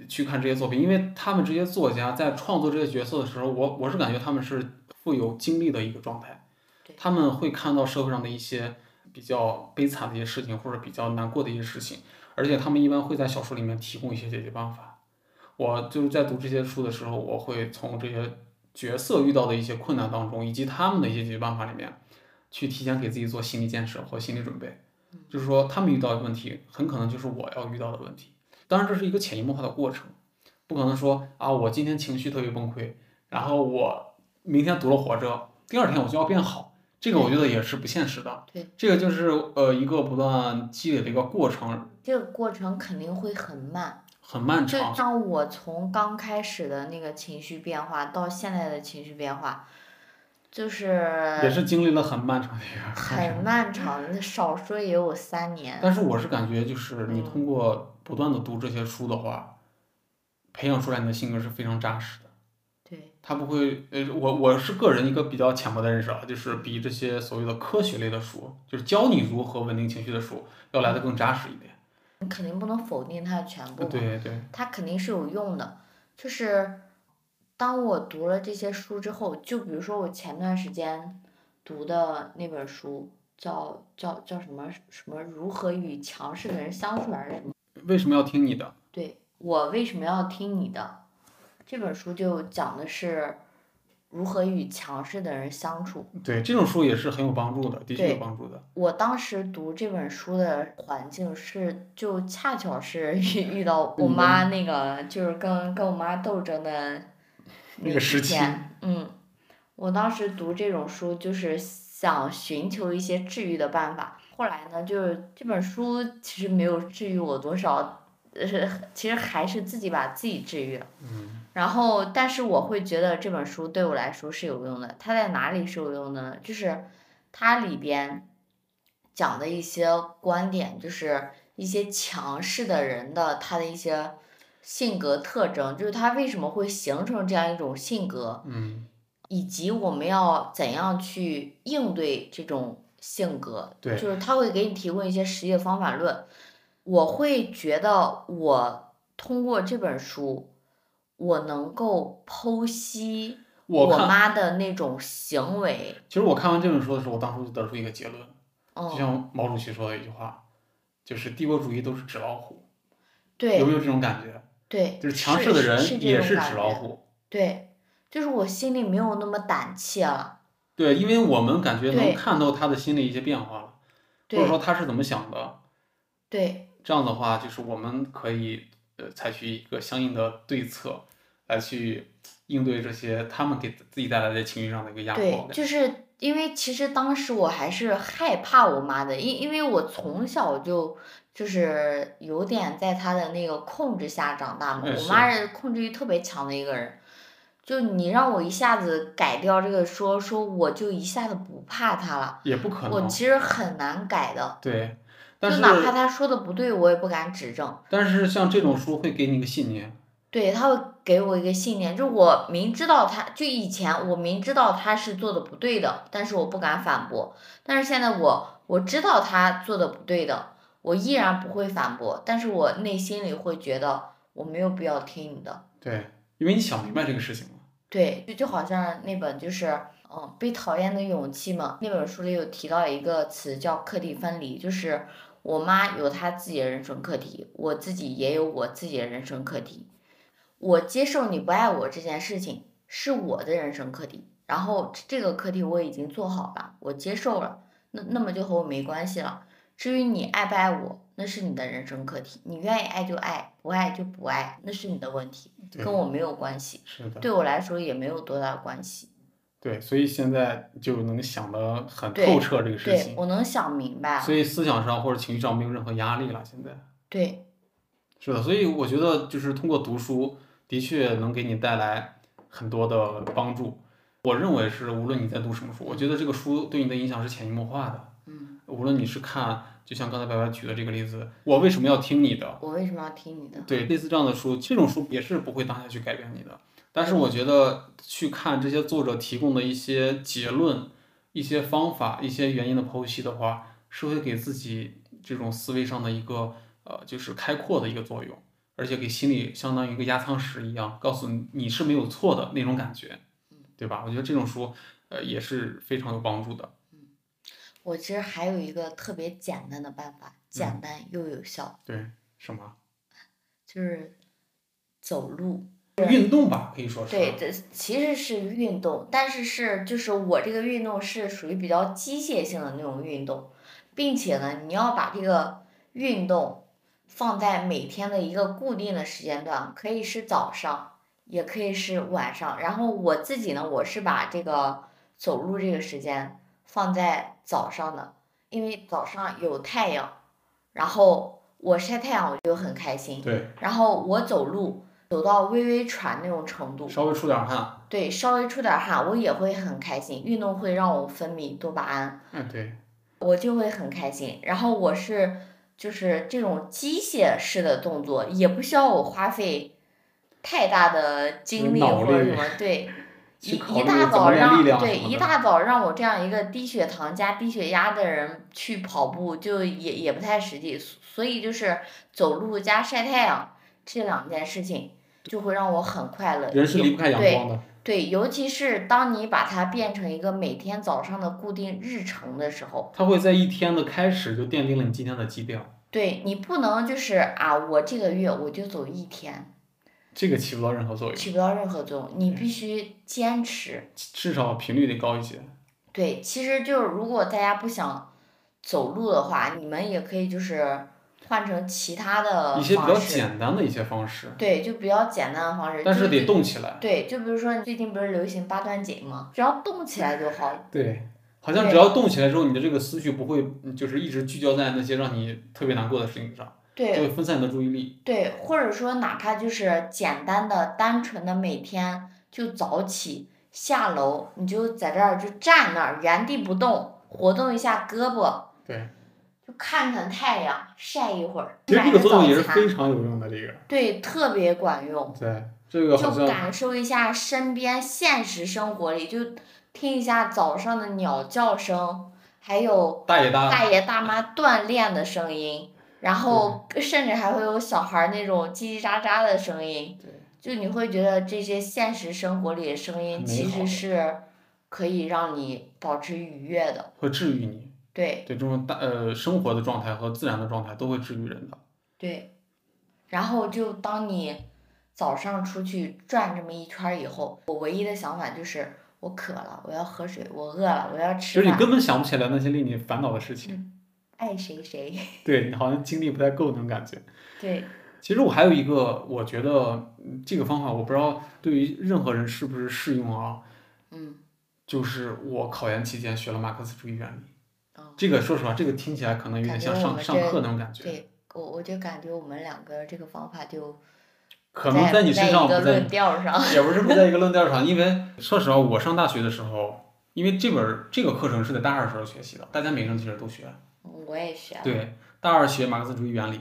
Speaker 1: 去看这些作品，因为他们这些作家在创作这些角色的时候，我我是感觉他们是富有经历的一个状态
Speaker 2: 对，
Speaker 1: 他们会看到社会上的一些比较悲惨的一些事情或者比较难过的一些事情，而且他们一般会在小说里面提供一些解决办法。我就是在读这些书的时候，我会从这些角色遇到的一些困难当中，以及他们的一些解决办法里面，去提前给自己做心理建设和心理准备。
Speaker 2: 嗯
Speaker 1: 就是说，他们遇到的问题，很可能就是我要遇到的问题。当然，这是一个潜移默化的过程，不可能说啊，我今天情绪特别崩溃，然后我明天读了《活着》，第二天我就要变好，这个我觉得也是不现实的。
Speaker 2: 对，
Speaker 1: 这个就是呃一个不断积累的一个过程，
Speaker 2: 这个过程肯定会很慢。
Speaker 1: 很漫
Speaker 2: 就
Speaker 1: 长。
Speaker 2: 像我从刚开始的那个情绪变化到现在的情绪变化，就是
Speaker 1: 也是经历了很漫长的一个过
Speaker 2: 很
Speaker 1: 程。
Speaker 2: 漫长的，少说也有三年。
Speaker 1: 但是我是感觉，就是你
Speaker 2: 嗯
Speaker 1: 通过不断的读这些书的话，培养出来你的性格是非常扎实的。
Speaker 2: 对，
Speaker 1: 它不会，呃，我我是个人一个比较浅薄的认识啊，就是比这些所谓的科学类的书，就是教你如何稳定情绪的书，要来的更扎实一点。
Speaker 2: 你肯定不能否定它的全部嘛，
Speaker 1: 对对，
Speaker 2: 它肯定是有用的。就是当我读了这些书之后，就比如说我前段时间读的那本书。叫叫叫什么什么？如何与强势的人相处还是什么？
Speaker 1: 为什么要听你的？
Speaker 2: 对我为什么要听你的？这本书就讲的是如何与强势的人相处。
Speaker 1: 对，这种书也是很有帮助的，的确
Speaker 2: 对
Speaker 1: 有帮助的。
Speaker 2: 我当时读这本书的环境是，就恰巧是 (laughs) 遇遇到
Speaker 1: 嗯
Speaker 2: 我妈那个，就是跟跟我妈斗争的
Speaker 1: 那个时期
Speaker 2: 一天嗯，我当时读这种书就是想寻求一些治愈的办法。后来呢，就是这本书其实没有治愈我多少，呃，其实还是自己把自己治愈了。
Speaker 1: 嗯，
Speaker 2: 然后，但是我会觉得这本书对我来说是有用的。它在哪里是有用的呢？就是它里边讲的一些观点，就是一些强势的人的他的一些性格特征，就是他为什么会形成这样一种性格，
Speaker 1: 嗯，
Speaker 2: 以及我们要怎样去应对这种性格。
Speaker 1: 对
Speaker 2: 就是他会给你提供一些实际的方法论。我会觉得我通过这本书。我能够剖析
Speaker 1: 我看，
Speaker 2: 妈的那种行为，
Speaker 1: 其实我看完这本书的时候，我当时就得出一个结论，就
Speaker 2: 嗯，
Speaker 1: 像毛主席说的一句话，就是帝国主义都是纸老虎，有
Speaker 2: 对
Speaker 1: 没有这种感觉？
Speaker 2: 对，
Speaker 1: 就是强势的人
Speaker 2: 是
Speaker 1: 也是
Speaker 2: 是这种
Speaker 1: 纸
Speaker 2: 感
Speaker 1: 老
Speaker 2: 觉，
Speaker 1: 虎，
Speaker 2: 对，就是我心里没有那么胆怯了，
Speaker 1: 对，因为我们感觉能
Speaker 2: 对
Speaker 1: 看透他的心理一些变化了，或者
Speaker 2: 对
Speaker 1: 说他是怎么想的。
Speaker 2: 对
Speaker 1: 这样的话，就是我们可以呃采取一个相应的对策来去应对这些他们给自己带来的情绪上的一个压
Speaker 2: 对
Speaker 1: 迫，感。
Speaker 2: 就是因为其实当时我还是害怕我妈的，因因为我从小就就是有点在她的那个控制下长大嘛，
Speaker 1: 嗯
Speaker 2: 我
Speaker 1: 是
Speaker 2: 妈是控制欲特别强的一个人。就你让我一下子改掉这个说说，我就一下子不怕她了，
Speaker 1: 也不可
Speaker 2: 我
Speaker 1: 能。
Speaker 2: 其实很难改的。
Speaker 1: 对，嗯但
Speaker 2: 就是哪怕她说的不对，我也不敢指正。
Speaker 1: 但是像这种书会给你一个信念，
Speaker 2: 对，他会给我一个信念，就我明知道他，就以前我明知道他是做的不对的，但是我不敢反驳。但是现在我我知道他做的不对的，我依然不会反驳，但是我内心里会觉得我没有必要听你的。
Speaker 1: 对，因为你想明白这个事情了。
Speaker 2: 对，就就好像那本就是嗯，被讨厌的勇气嘛，那本书里有提到一个词叫课题分离，就是我妈有她自己的人生课题，我自己也有我自己的人生课题。我接受你不爱我这件事情是我的人生课题，然后这个课题我已经做好了，我接受了，那那么就和我没关系了。至于你爱不爱我，那是你的人生课题，你愿意爱就爱，不爱就不爱，那是你的问题，
Speaker 1: 对
Speaker 2: 跟我没有关系，
Speaker 1: 是的，
Speaker 2: 对我来说也没有多大关系。
Speaker 1: 对，所以现在就能想得很
Speaker 2: 对
Speaker 1: 透彻这个事
Speaker 2: 对
Speaker 1: 情，
Speaker 2: 我能想明白了
Speaker 1: 所。以思想上或者情绪上没有任何压力了。现在
Speaker 2: 对
Speaker 1: 是的，所以我觉得就是通过读书，的确能给你带来很多的帮助。我认为是无论你在读什么书，我觉得这个书对你的影响是潜移默化的。
Speaker 2: 嗯，
Speaker 1: 无论你是看，就像刚才白白举的这个例子，我为什么要听你的？
Speaker 2: 我为什么要听你的？
Speaker 1: 对，类似这样的书，这种书也是不会当下去改变你的。但是我觉得去看这些作者提供的一些结论、一些方法、一些原因的剖析的话，是会给自己这种思维上的一个呃，就是开阔的一个作用，而且给心里相当于一个压舱石一样，告诉你你是没有错的那种感觉，对吧？我觉得这种书呃也是非常有帮助的。
Speaker 2: 我其实还有一个特别简单的办
Speaker 1: 嗯
Speaker 2: 法，简单又有效，
Speaker 1: 对，什么
Speaker 2: 就是走路。
Speaker 1: 运动吧，可以说是
Speaker 2: 对，这其实是运动，但是是就是我这个运动是属于比较机械性的那种运动，并且呢，你要把这个运动放在每天的一个固定的时间段，可以是早上，也可以是晚上。然后我自己呢，我是把这个走路这个时间放在早上的，因为早上有太阳，然后我晒太阳我就很开心，
Speaker 1: 对，
Speaker 2: 然后我走路走到微微喘那种程度，
Speaker 1: 稍微出点汗，
Speaker 2: 对，稍微出点汗，我也会很开心。运动会让我分泌多巴胺，
Speaker 1: 嗯，对，
Speaker 2: 我就会很开心。然后我是就是这种机械式的动作，也不需要我花费太大的精力
Speaker 1: 脑
Speaker 2: 或者
Speaker 1: 力
Speaker 2: 什么，对。 (laughs)
Speaker 1: 去
Speaker 2: 一
Speaker 1: 考
Speaker 2: 一
Speaker 1: 虑怎
Speaker 2: 大
Speaker 1: 么
Speaker 2: 早
Speaker 1: 练力
Speaker 2: 让
Speaker 1: 量
Speaker 2: 对
Speaker 1: 什么
Speaker 2: 一
Speaker 1: 的
Speaker 2: 大早让我这样一个低血糖加低血压的人去跑步，就也也不太实际。所所以就是走路加晒太阳这两件事情，就会让我很快乐。
Speaker 1: 人是离不开阳
Speaker 2: 对
Speaker 1: 光的。
Speaker 2: 对，尤其是当你把它变成一个每天早上的固定日程的时候，
Speaker 1: 它会在一天的开始就奠定了你今天的基调，
Speaker 2: 对你不能就是啊，我这个月我就走一天，
Speaker 1: 这个起不到任何作用，
Speaker 2: 起不到任何作用，你必须坚持。
Speaker 1: 至少频率得高一些。
Speaker 2: 对，其实就是如果大家不想走路的话，你们也可以就是换成其他的
Speaker 1: 一些比较
Speaker 2: 呃方式，
Speaker 1: 简单的一些方式，
Speaker 2: 对，就比较简单的方式。
Speaker 1: 但
Speaker 2: 就是
Speaker 1: 得
Speaker 2: 最
Speaker 1: 动起来。
Speaker 2: 对，就比如说最近不是流行八段锦吗？只要动起来就好了。
Speaker 1: 对，好像只要动起来之后，你的这个思绪不会嗯就是一直聚焦在那些让你特别难过的事情上，
Speaker 2: 对
Speaker 1: 就，会分散你的注意力。
Speaker 2: 对，或者说哪怕就是简单的、单纯的每天就早起下楼，你就在这儿就站那儿原地不动，活动一下胳膊，
Speaker 1: 对，
Speaker 2: 就看看太阳，晒一会儿，
Speaker 1: 其实
Speaker 2: 买
Speaker 1: 这个
Speaker 2: 个
Speaker 1: 作用
Speaker 2: 早
Speaker 1: 也是非
Speaker 2: 餐，
Speaker 1: 常有用的。这个，
Speaker 2: 对，特别管用，
Speaker 1: 对，这个好
Speaker 2: 就
Speaker 1: 像
Speaker 2: 感受一下身边现实生活里，就听一下早上的鸟叫声，还有。
Speaker 1: 大爷大
Speaker 2: 大爷大妈锻炼的声音，然后甚至还会有小孩儿那种叽叽喳喳的声音
Speaker 1: 对，
Speaker 2: 就你会觉得这些现实生活里的声音
Speaker 1: 很
Speaker 2: 其
Speaker 1: 美好
Speaker 2: 实是可以让你保持愉悦的，
Speaker 1: 会治愈你，
Speaker 2: 对
Speaker 1: 对这种大呃生活的状态和自然的状态都会治愈人的。
Speaker 2: 对。然后就当你早上出去转这么一圈儿以后，我唯一的想法就是我渴了，我要喝水，我饿了，我要
Speaker 1: 就
Speaker 2: 吃
Speaker 1: 是你
Speaker 2: 饭，
Speaker 1: 根本想不起来那些令你烦恼的事情，
Speaker 2: 爱谁谁。
Speaker 1: 对你好像精力不太够那种感觉。
Speaker 2: 对，
Speaker 1: 其实我还有一个，我觉得嗯这个方法我不知道对于任何人是不是适用啊，
Speaker 2: 嗯，
Speaker 1: 就是我考研期间学了马克思主义原理。
Speaker 2: 哦，
Speaker 1: 这个说实话，这个听起来可能有点像
Speaker 2: 感觉我
Speaker 1: 上
Speaker 2: 们
Speaker 1: 上
Speaker 2: 这
Speaker 1: 课那种感觉，
Speaker 2: 对我我就感觉我们两个这个方法就
Speaker 1: 可能在你身上不
Speaker 2: 一个
Speaker 1: 在
Speaker 2: 论调上。
Speaker 1: 也不是不在一个论调上，因为说实话，我上大学的时候，因为这本儿这个课程是在大二时候学习的，大家每生其实都学。
Speaker 2: 嗯我也啊学了，
Speaker 1: 对，大二学马克思主义原理，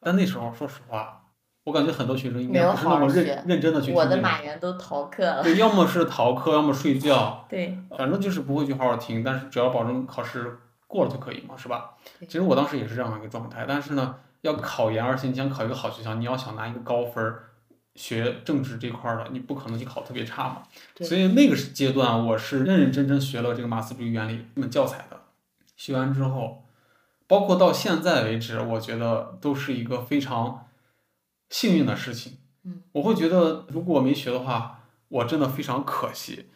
Speaker 1: 但那时候说实话，我感觉很多学生应
Speaker 2: 没
Speaker 1: 该
Speaker 2: 有
Speaker 1: 不是
Speaker 2: 好
Speaker 1: 那
Speaker 2: 好
Speaker 1: 么
Speaker 2: 学
Speaker 1: 认认真的去听
Speaker 2: 我
Speaker 1: 这
Speaker 2: 的
Speaker 1: 个
Speaker 2: 马原都逃课了。
Speaker 1: 对，要么是逃课，要么睡觉，
Speaker 2: 对，
Speaker 1: 反正就是不会去好好听，但是只要保证考试过了就可以嘛，是吧？
Speaker 2: 对
Speaker 1: 其实我当时也是这样一个状态，但是呢，要考研，而且你想考一个好学校，你要想拿一个高分儿，学政治这块儿的，你不可能去考特别差嘛。
Speaker 2: 对
Speaker 1: 所以那个阶段，我是认认真真学了这个马克思主义原理这本教材的。学完之后，包括到现在为止，我觉得都是一个非常幸运的事情。
Speaker 2: 嗯，
Speaker 1: 我会觉得如果我没学的话，我真的非常可惜，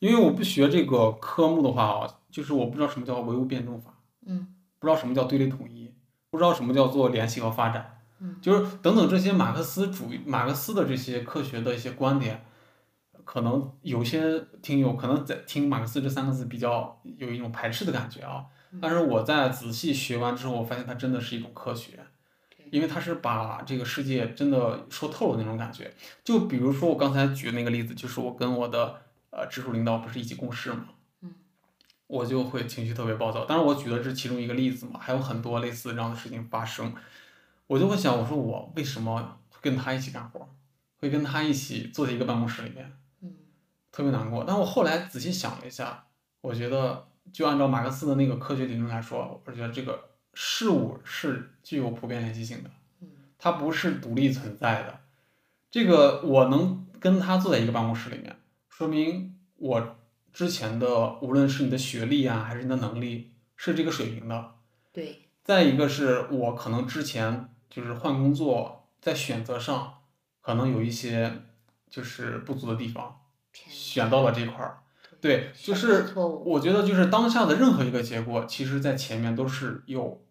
Speaker 1: 因为我不学这个科目的话啊，就是我不知道什么叫唯物辩证法，
Speaker 2: 嗯
Speaker 1: 不知道什么叫对立统一，不知道什么叫做联系和发展，
Speaker 2: 嗯，
Speaker 1: 就是等等这些马克思主义、马克思的这些科学的一些观点，可能有些听友可能在听马克思这三个字比较有一种排斥的感觉啊，
Speaker 2: 嗯
Speaker 1: 但是我在仔细学完之后，我发现它真的是一种科学。因为它是把这个世界真的说透了那种感觉。就比如说我刚才举那个例子，就是我跟我的呃直属领导不是一起共事嘛，
Speaker 2: 嗯，
Speaker 1: 我就会情绪特别暴躁。当然我举的是其中一个例子嘛，还有很多类似这样的事情发生，我就会想，我说我为什么会跟他一起干活，会跟他一起坐在一个办公室里面，
Speaker 2: 嗯
Speaker 1: 特别难过。但我后来仔细想了一下，我觉得就按照马克思的那个科学理论来说，我觉得这个事物是具有普遍联系性的。
Speaker 2: 嗯
Speaker 1: 它不是独立存在的。这个我能跟他坐在一个办公室里面，说明我之前的无论是你的学历啊，还是你的能力，是这个水平的。
Speaker 2: 对，
Speaker 1: 再一个是我可能之前就是换工作，在选择上可能有一些就是不足的地方，
Speaker 2: 偏
Speaker 1: 选到了这块儿。对，就
Speaker 2: 嗯选择
Speaker 1: 是
Speaker 2: 错误
Speaker 1: 我觉得就是当下的任何一个结果，其实在前面都是有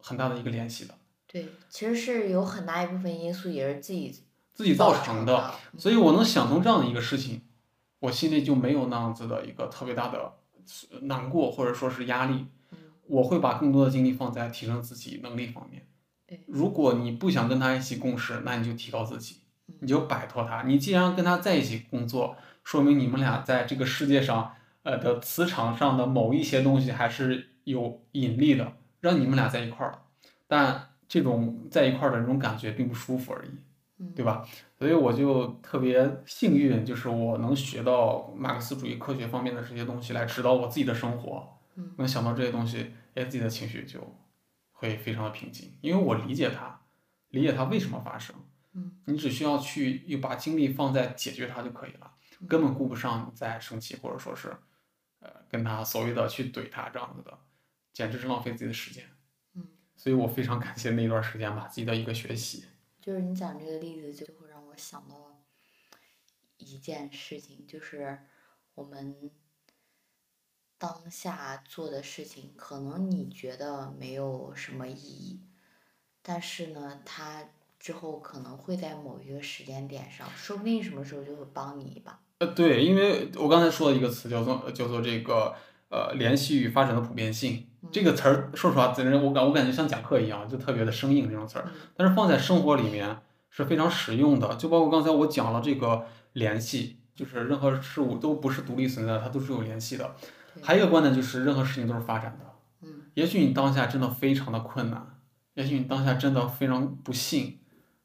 Speaker 1: 很大的一个联系的，
Speaker 2: 对，其实是有很大一部分因素也是自己
Speaker 1: 自己造
Speaker 2: 造
Speaker 1: 成的。
Speaker 2: 的，嗯
Speaker 1: 所以我能想通这样的一个事情，我心里就没有那样子的一个特别大的呃难过或者说是压力
Speaker 2: 嗯。
Speaker 1: 我会把更多的精力放在提升自己能力方面
Speaker 2: 对。
Speaker 1: 如果你不想跟他一起共事，那你就提高自己
Speaker 2: 嗯，
Speaker 1: 你就摆脱他。你既然跟他在一起工作，说明你们俩在这个世界上，呃的磁场上的某一些东西还是有引力的，让你们俩在一块儿。但这种在一块儿的这种感觉并不舒服而已。
Speaker 2: 嗯
Speaker 1: 对吧？所以我就特别幸运，就是我能学到马克思主义科学方面的这些东西来指导我自己的生活，
Speaker 2: 嗯
Speaker 1: 能想到这些东西，哎，自己的情绪就会非常的平静，因为我理解它，理解它为什么发生，
Speaker 2: 嗯，
Speaker 1: 你只需要去又把精力放在解决它就可以了，
Speaker 2: 嗯
Speaker 1: 根本顾不上你在生气或者说是，呃，跟他所谓的去怼他这样子的，简直是浪费自己的时间，
Speaker 2: 嗯，
Speaker 1: 所以我非常感谢那段时间吧，自己的一个学习，
Speaker 2: 就是你讲这个例子，就会让我想到一件事情，就是我们当下做的事情，可能你觉得没有什么意义，但是呢，它之后可能会在某一个时间点上，说不定什么时候就会帮你一把。
Speaker 1: 呃，对，因为我刚才说的一个词叫做叫做这个呃联系与发展的普遍性
Speaker 2: 嗯
Speaker 1: 这个词儿，说实话，在人我感我感觉像讲课一样，就特别的生硬这种词儿
Speaker 2: 嗯，
Speaker 1: 但是放在生活里面是非常实用的。就包括刚才我讲了这个联系，就是任何事物都不是独立存在的，它都是有联系的。
Speaker 2: 对
Speaker 1: 还有一个观点就是，任何事情都是发展的。
Speaker 2: 嗯，
Speaker 1: 也许你当下真的非常的困难，也许你当下真的非常不幸，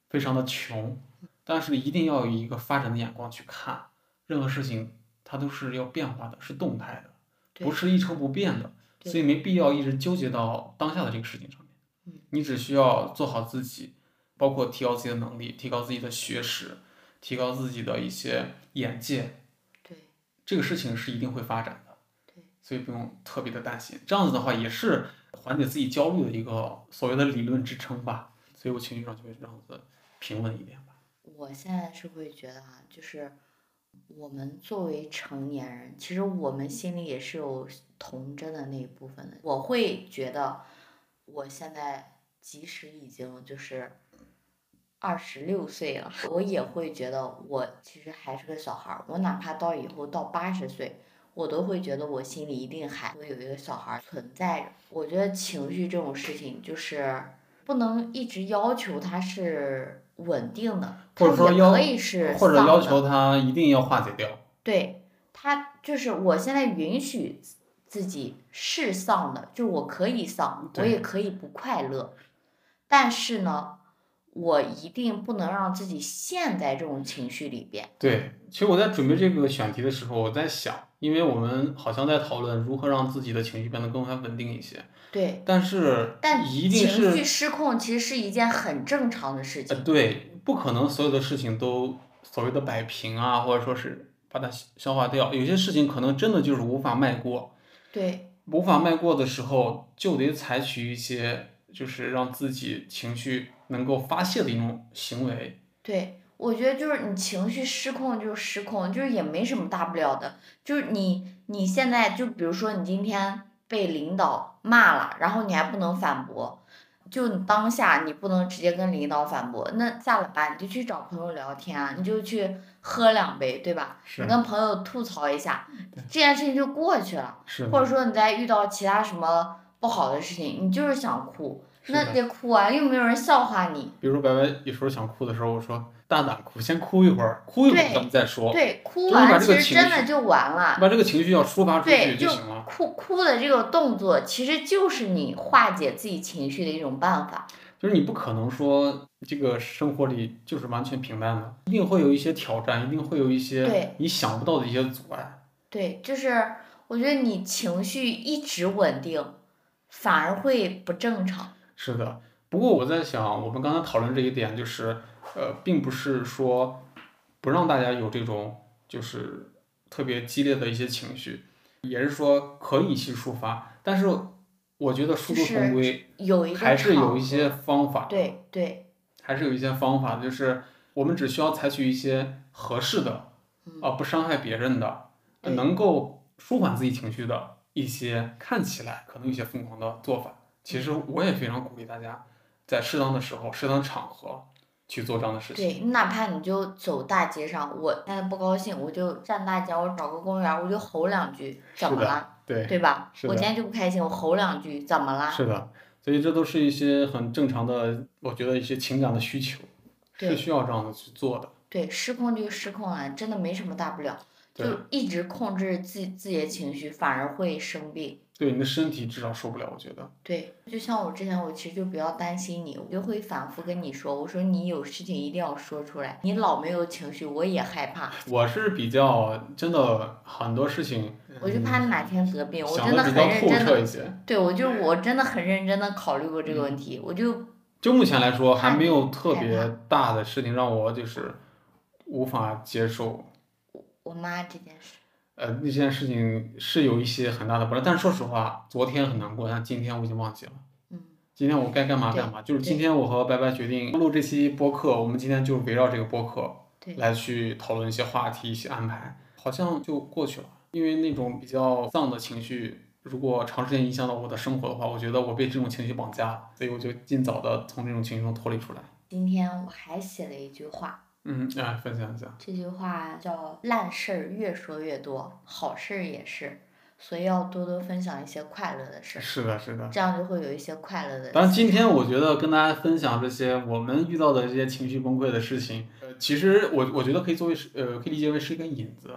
Speaker 1: 非常的穷，但是一定要有一个发展的眼光去看，任何事情它都是要变化的，是动态的，
Speaker 2: 对
Speaker 1: 不是一成不变的，
Speaker 2: 对
Speaker 1: 所以没必要一直纠结到当下的这个事情上面
Speaker 2: 嗯。
Speaker 1: 你只需要做好自己，包括提高自己的能力，提高自己的学识，提高自己的一些眼界，
Speaker 2: 对
Speaker 1: 这个事情是一定会发展的。
Speaker 2: 对，
Speaker 1: 所以不用特别的担心。这样子的话，也是缓解自己焦虑的一个所谓的理论支撑吧。所以我情绪上就会这样子平稳一点吧。
Speaker 2: 我现在是会觉得啊，就是我们作为成年人，其实我们心里也是有童真的那一部分的。我会觉得，我现在即使已经就是二十六岁了，我也会觉得我其实还是个小孩儿。我哪怕到以后到八十岁，我都会觉得我心里一定还会有一个小孩儿存在着。我觉得情绪这种事情，就是不能一直要求它是稳定的，它
Speaker 1: 或者说
Speaker 2: 也
Speaker 1: 要
Speaker 2: 可以是
Speaker 1: 或者
Speaker 2: 丧
Speaker 1: 要
Speaker 2: 的
Speaker 1: 求他一定要化解掉。
Speaker 2: 对他，就是我现在允许自己是丧的，就我可以丧，我
Speaker 1: 对
Speaker 2: 也可以不快乐，但是呢，我一定不能让自己陷在这种情绪里边。
Speaker 1: 对，其实我在准备这个选题的时候，我在想，因为我们好像在讨论如何让自己的情绪变得更加稳定一些，
Speaker 2: 对，
Speaker 1: 但是
Speaker 2: 但
Speaker 1: 一定是
Speaker 2: 情绪失控其实是一件很正常的事
Speaker 1: 呃，
Speaker 2: 情。
Speaker 1: 对，不可能所有的事情都所谓的摆平啊，或者说是把它消消化掉。有些事情可能真的就是无法迈过，
Speaker 2: 对，
Speaker 1: 无法迈过的时候，就得采取一些就是让自己情绪能够发泄的一种行为。
Speaker 2: 对，我觉得就是你情绪失控就是失控，就是也没什么大不了的。就是你你现在就比如说你今天被领导骂了，然后你还不能反驳，就你当下你不能直接跟领导反驳，那下了班你就去找朋友聊天啊，你就去喝两杯，对吧？
Speaker 1: 是
Speaker 2: 你跟朋友吐槽一下，这件事情就过去了。
Speaker 1: 是
Speaker 2: 或者
Speaker 1: 的，
Speaker 2: 说你在遇到其他什么不好的事情，你就是想哭，
Speaker 1: 是
Speaker 2: 那
Speaker 1: 的。
Speaker 2: 得哭啊，又没有人笑话你。
Speaker 1: 比如说白白有时候想哭的时候，我说大胆哭，先哭一会儿，哭一会儿
Speaker 2: 对
Speaker 1: 咱们再说，
Speaker 2: 对，哭
Speaker 1: 哦就是把
Speaker 2: 完
Speaker 1: 这个
Speaker 2: 其实
Speaker 1: 情
Speaker 2: 真的
Speaker 1: 绪
Speaker 2: 就完了。
Speaker 1: 把这个情绪要抒发出
Speaker 2: 对，
Speaker 1: 去
Speaker 2: 就
Speaker 1: 行了。
Speaker 2: 哭哭的这个动作，其实就是你化解自己情绪的一种办法。
Speaker 1: 就是你不可能说这个生活里就是完全平淡的，一定会有一些挑战，一定会有一
Speaker 2: 对
Speaker 1: 些你想不到的一些阻碍。
Speaker 2: 对，就是我觉得你情绪一直稳定，反而会不正常。
Speaker 1: 是的，不过我在想，我们刚才讨论这一点，就是呃，并不是说不让大家有这种就是特别激烈的一些情绪，也是说可以去抒发，但是我觉得殊途同归，
Speaker 2: 有一个
Speaker 1: 还是有
Speaker 2: 场
Speaker 1: 一些
Speaker 2: 合
Speaker 1: 方法。
Speaker 2: 对对，
Speaker 1: 还是有一些方法，就是我们只需要采取一些合适的，啊、
Speaker 2: 嗯
Speaker 1: 不伤害别人的，呃
Speaker 2: 对
Speaker 1: 能够舒缓自己情绪的一些看起来可能有些疯狂的做法。其实我也非常鼓励大家，在适当的时候、适当场合去做这样的事情。
Speaker 2: 对，你哪怕你就走大街上，我现在不高兴，我就站大街，我找个公园，我就吼两句，怎
Speaker 1: 是
Speaker 2: 么
Speaker 1: 的
Speaker 2: 了？
Speaker 1: 对，
Speaker 2: 对吧？
Speaker 1: 是
Speaker 2: 我
Speaker 1: 的
Speaker 2: 今天就不开心，我吼两句，怎么啦？
Speaker 1: 是的，所以这都是一些很正常的，我觉得一些情感的需求是
Speaker 2: 对
Speaker 1: 需要这样的去做的。
Speaker 2: 对，失控就失控了，真的没什么大不了，
Speaker 1: 对
Speaker 2: 就一直控制自己自己的情绪，反而会生病。
Speaker 1: 对你的身体至少受不了，我觉得。
Speaker 2: 对，就像我之前，我其实就比较担心你，我就会反复跟你说，我说你有事情一定要说出来，你老没有情绪，我也害怕，
Speaker 1: 我是比较真的很多事情，
Speaker 2: 我就
Speaker 1: 嗯
Speaker 2: 怕你哪天得病，我
Speaker 1: 想
Speaker 2: 真的
Speaker 1: 的
Speaker 2: 很
Speaker 1: 比较透
Speaker 2: 认真
Speaker 1: 彻一
Speaker 2: 的，
Speaker 1: 些。
Speaker 2: 对我就我真的很认真的考虑过这个
Speaker 1: 嗯
Speaker 2: 问题，我就
Speaker 1: 就目前来说，
Speaker 2: 怕
Speaker 1: 还没有
Speaker 2: 你
Speaker 1: 特
Speaker 2: 害
Speaker 1: 别大的事情让我就是无法接受。
Speaker 2: 我妈这件事，
Speaker 1: 呃，那件事情是有一些很大的不是，但是说实话，昨天很难过，但今天我已经忘记了。
Speaker 2: 嗯，
Speaker 1: 今天我该干嘛
Speaker 2: 对
Speaker 1: 干嘛，就是
Speaker 2: 对
Speaker 1: 今天我和白白决定录这期播客，我们今天就围绕这个播客
Speaker 2: 对
Speaker 1: 来去讨论一些话题，一些安排，好像就过去了。因为那种比较丧的情绪，如果长时间影响到我的生活的话，我觉得我被这种情绪绑架了，所以我就尽早的从这种情绪中脱离出来。
Speaker 2: 今天我还写了一句话，
Speaker 1: 嗯，哎，分享一下。
Speaker 2: 这句话叫“烂事儿越说越多，好事儿也是”，所以要多多分享一些快乐的事儿。
Speaker 1: 是的，是的。
Speaker 2: 这样就会有一些快乐的。
Speaker 1: 当然，今天我觉得跟大家分享这些我们遇到的这些情绪崩溃的事情，呃，其实我我觉得可以作为是呃，可以理解为是一个引子。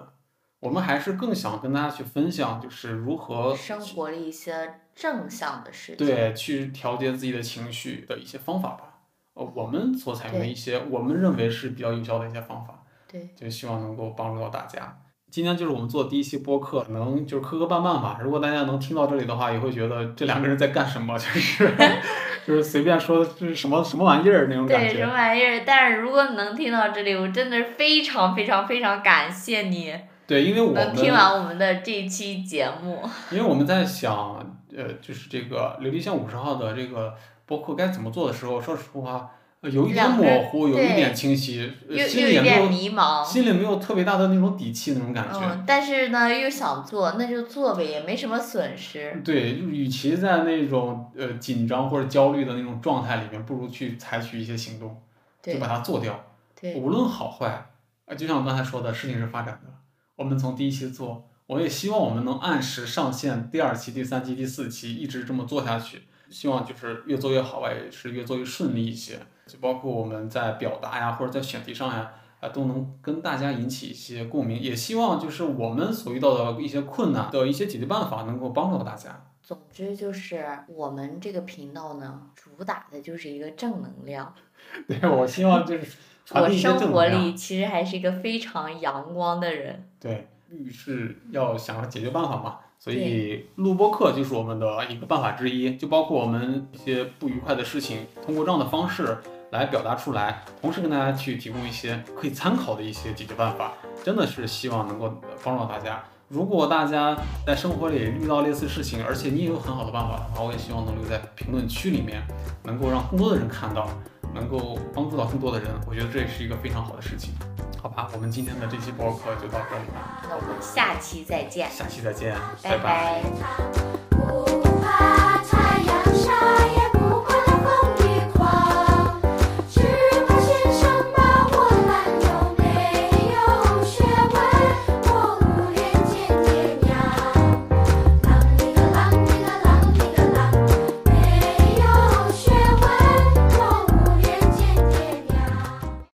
Speaker 1: 我们还是更想跟大家去分享，就是如何
Speaker 2: 生活里一些正向的事情。
Speaker 1: 对去调节自己的情绪的一些方法吧。呃，我们所采用的
Speaker 2: 对
Speaker 1: 一些我们认为是比较有效的一些方法。
Speaker 2: 对
Speaker 1: 就希望能够帮助到大家。今天就是我们做的第一期播客，可能就是磕磕绊绊吧。如果大家能听到这里的话，也会觉得这两个人在干什么，就是 (laughs) 就是随便说这是什么什么玩意儿那种感
Speaker 2: 对，什
Speaker 1: 觉
Speaker 2: 么。玩意儿？但是如果能听到这里，我真的非常非常非常感谢你
Speaker 1: 对，因为我
Speaker 2: 能
Speaker 1: 们
Speaker 2: 听完我们的这一期节目。
Speaker 1: 因为我们在想，呃，就是这个《琉璃巷五十号》的这个播客该怎么做的时候，说实话，呃有一点
Speaker 2: 两个
Speaker 1: 模糊，有一
Speaker 2: 对
Speaker 1: 点清晰，呃
Speaker 2: 又
Speaker 1: 心
Speaker 2: 又
Speaker 1: 里也
Speaker 2: 有
Speaker 1: 没
Speaker 2: 点
Speaker 1: 有
Speaker 2: 迷茫，
Speaker 1: 心里没有特别大的那种底气那种感觉。
Speaker 2: 嗯，但是呢又想做，那就做呗，也没什么损失。
Speaker 1: 对，与其在那种呃紧张或者焦虑的那种状态里面，不如去采取一些行动，就
Speaker 2: 对
Speaker 1: 把它做掉，
Speaker 2: 对
Speaker 1: 无论好坏。呃，就像我刚才说的，事情是发展的，我们从第一期做，我也希望我们能按时上线第二期、第三期、第四期，一直这么做下去。希望就是越做越好吧，也是越做越顺利一些。就包括我们在表达呀，或者在选题上呀，啊，都能跟大家引起一些共鸣。也希望就是我们所遇到的一些困难的一些解决办法，能够帮助到大家。
Speaker 2: 总之就是我们这个频道呢，主打的就是一个正能量。
Speaker 1: 对，我希望就是传
Speaker 2: 我
Speaker 1: 啊递一些
Speaker 2: 生
Speaker 1: 正
Speaker 2: 活
Speaker 1: 能量。
Speaker 2: 里其实还是一个非常阳光的人。
Speaker 1: 对，遇事要想着解决办法嘛，所以录播课就是我们的一个办法之一，就包括我们一些不愉快的事情，通过这样的方式来表达出来，同时跟大家去提供一些可以参考的一些解决办法，真的是希望能够帮助到大家。如果大家在生活里遇到类似事情，而且你也有很好的办法的话，我也希望能留在评论区里面，能够让更多的人看到，能够帮助到更多的人，我觉得这也是一个非常好的事情。好吧，我们今天的这期播客就到这里了。
Speaker 2: 那我们下期再见，
Speaker 1: 下期再见，拜
Speaker 2: 拜拜
Speaker 1: 拜
Speaker 3: 呜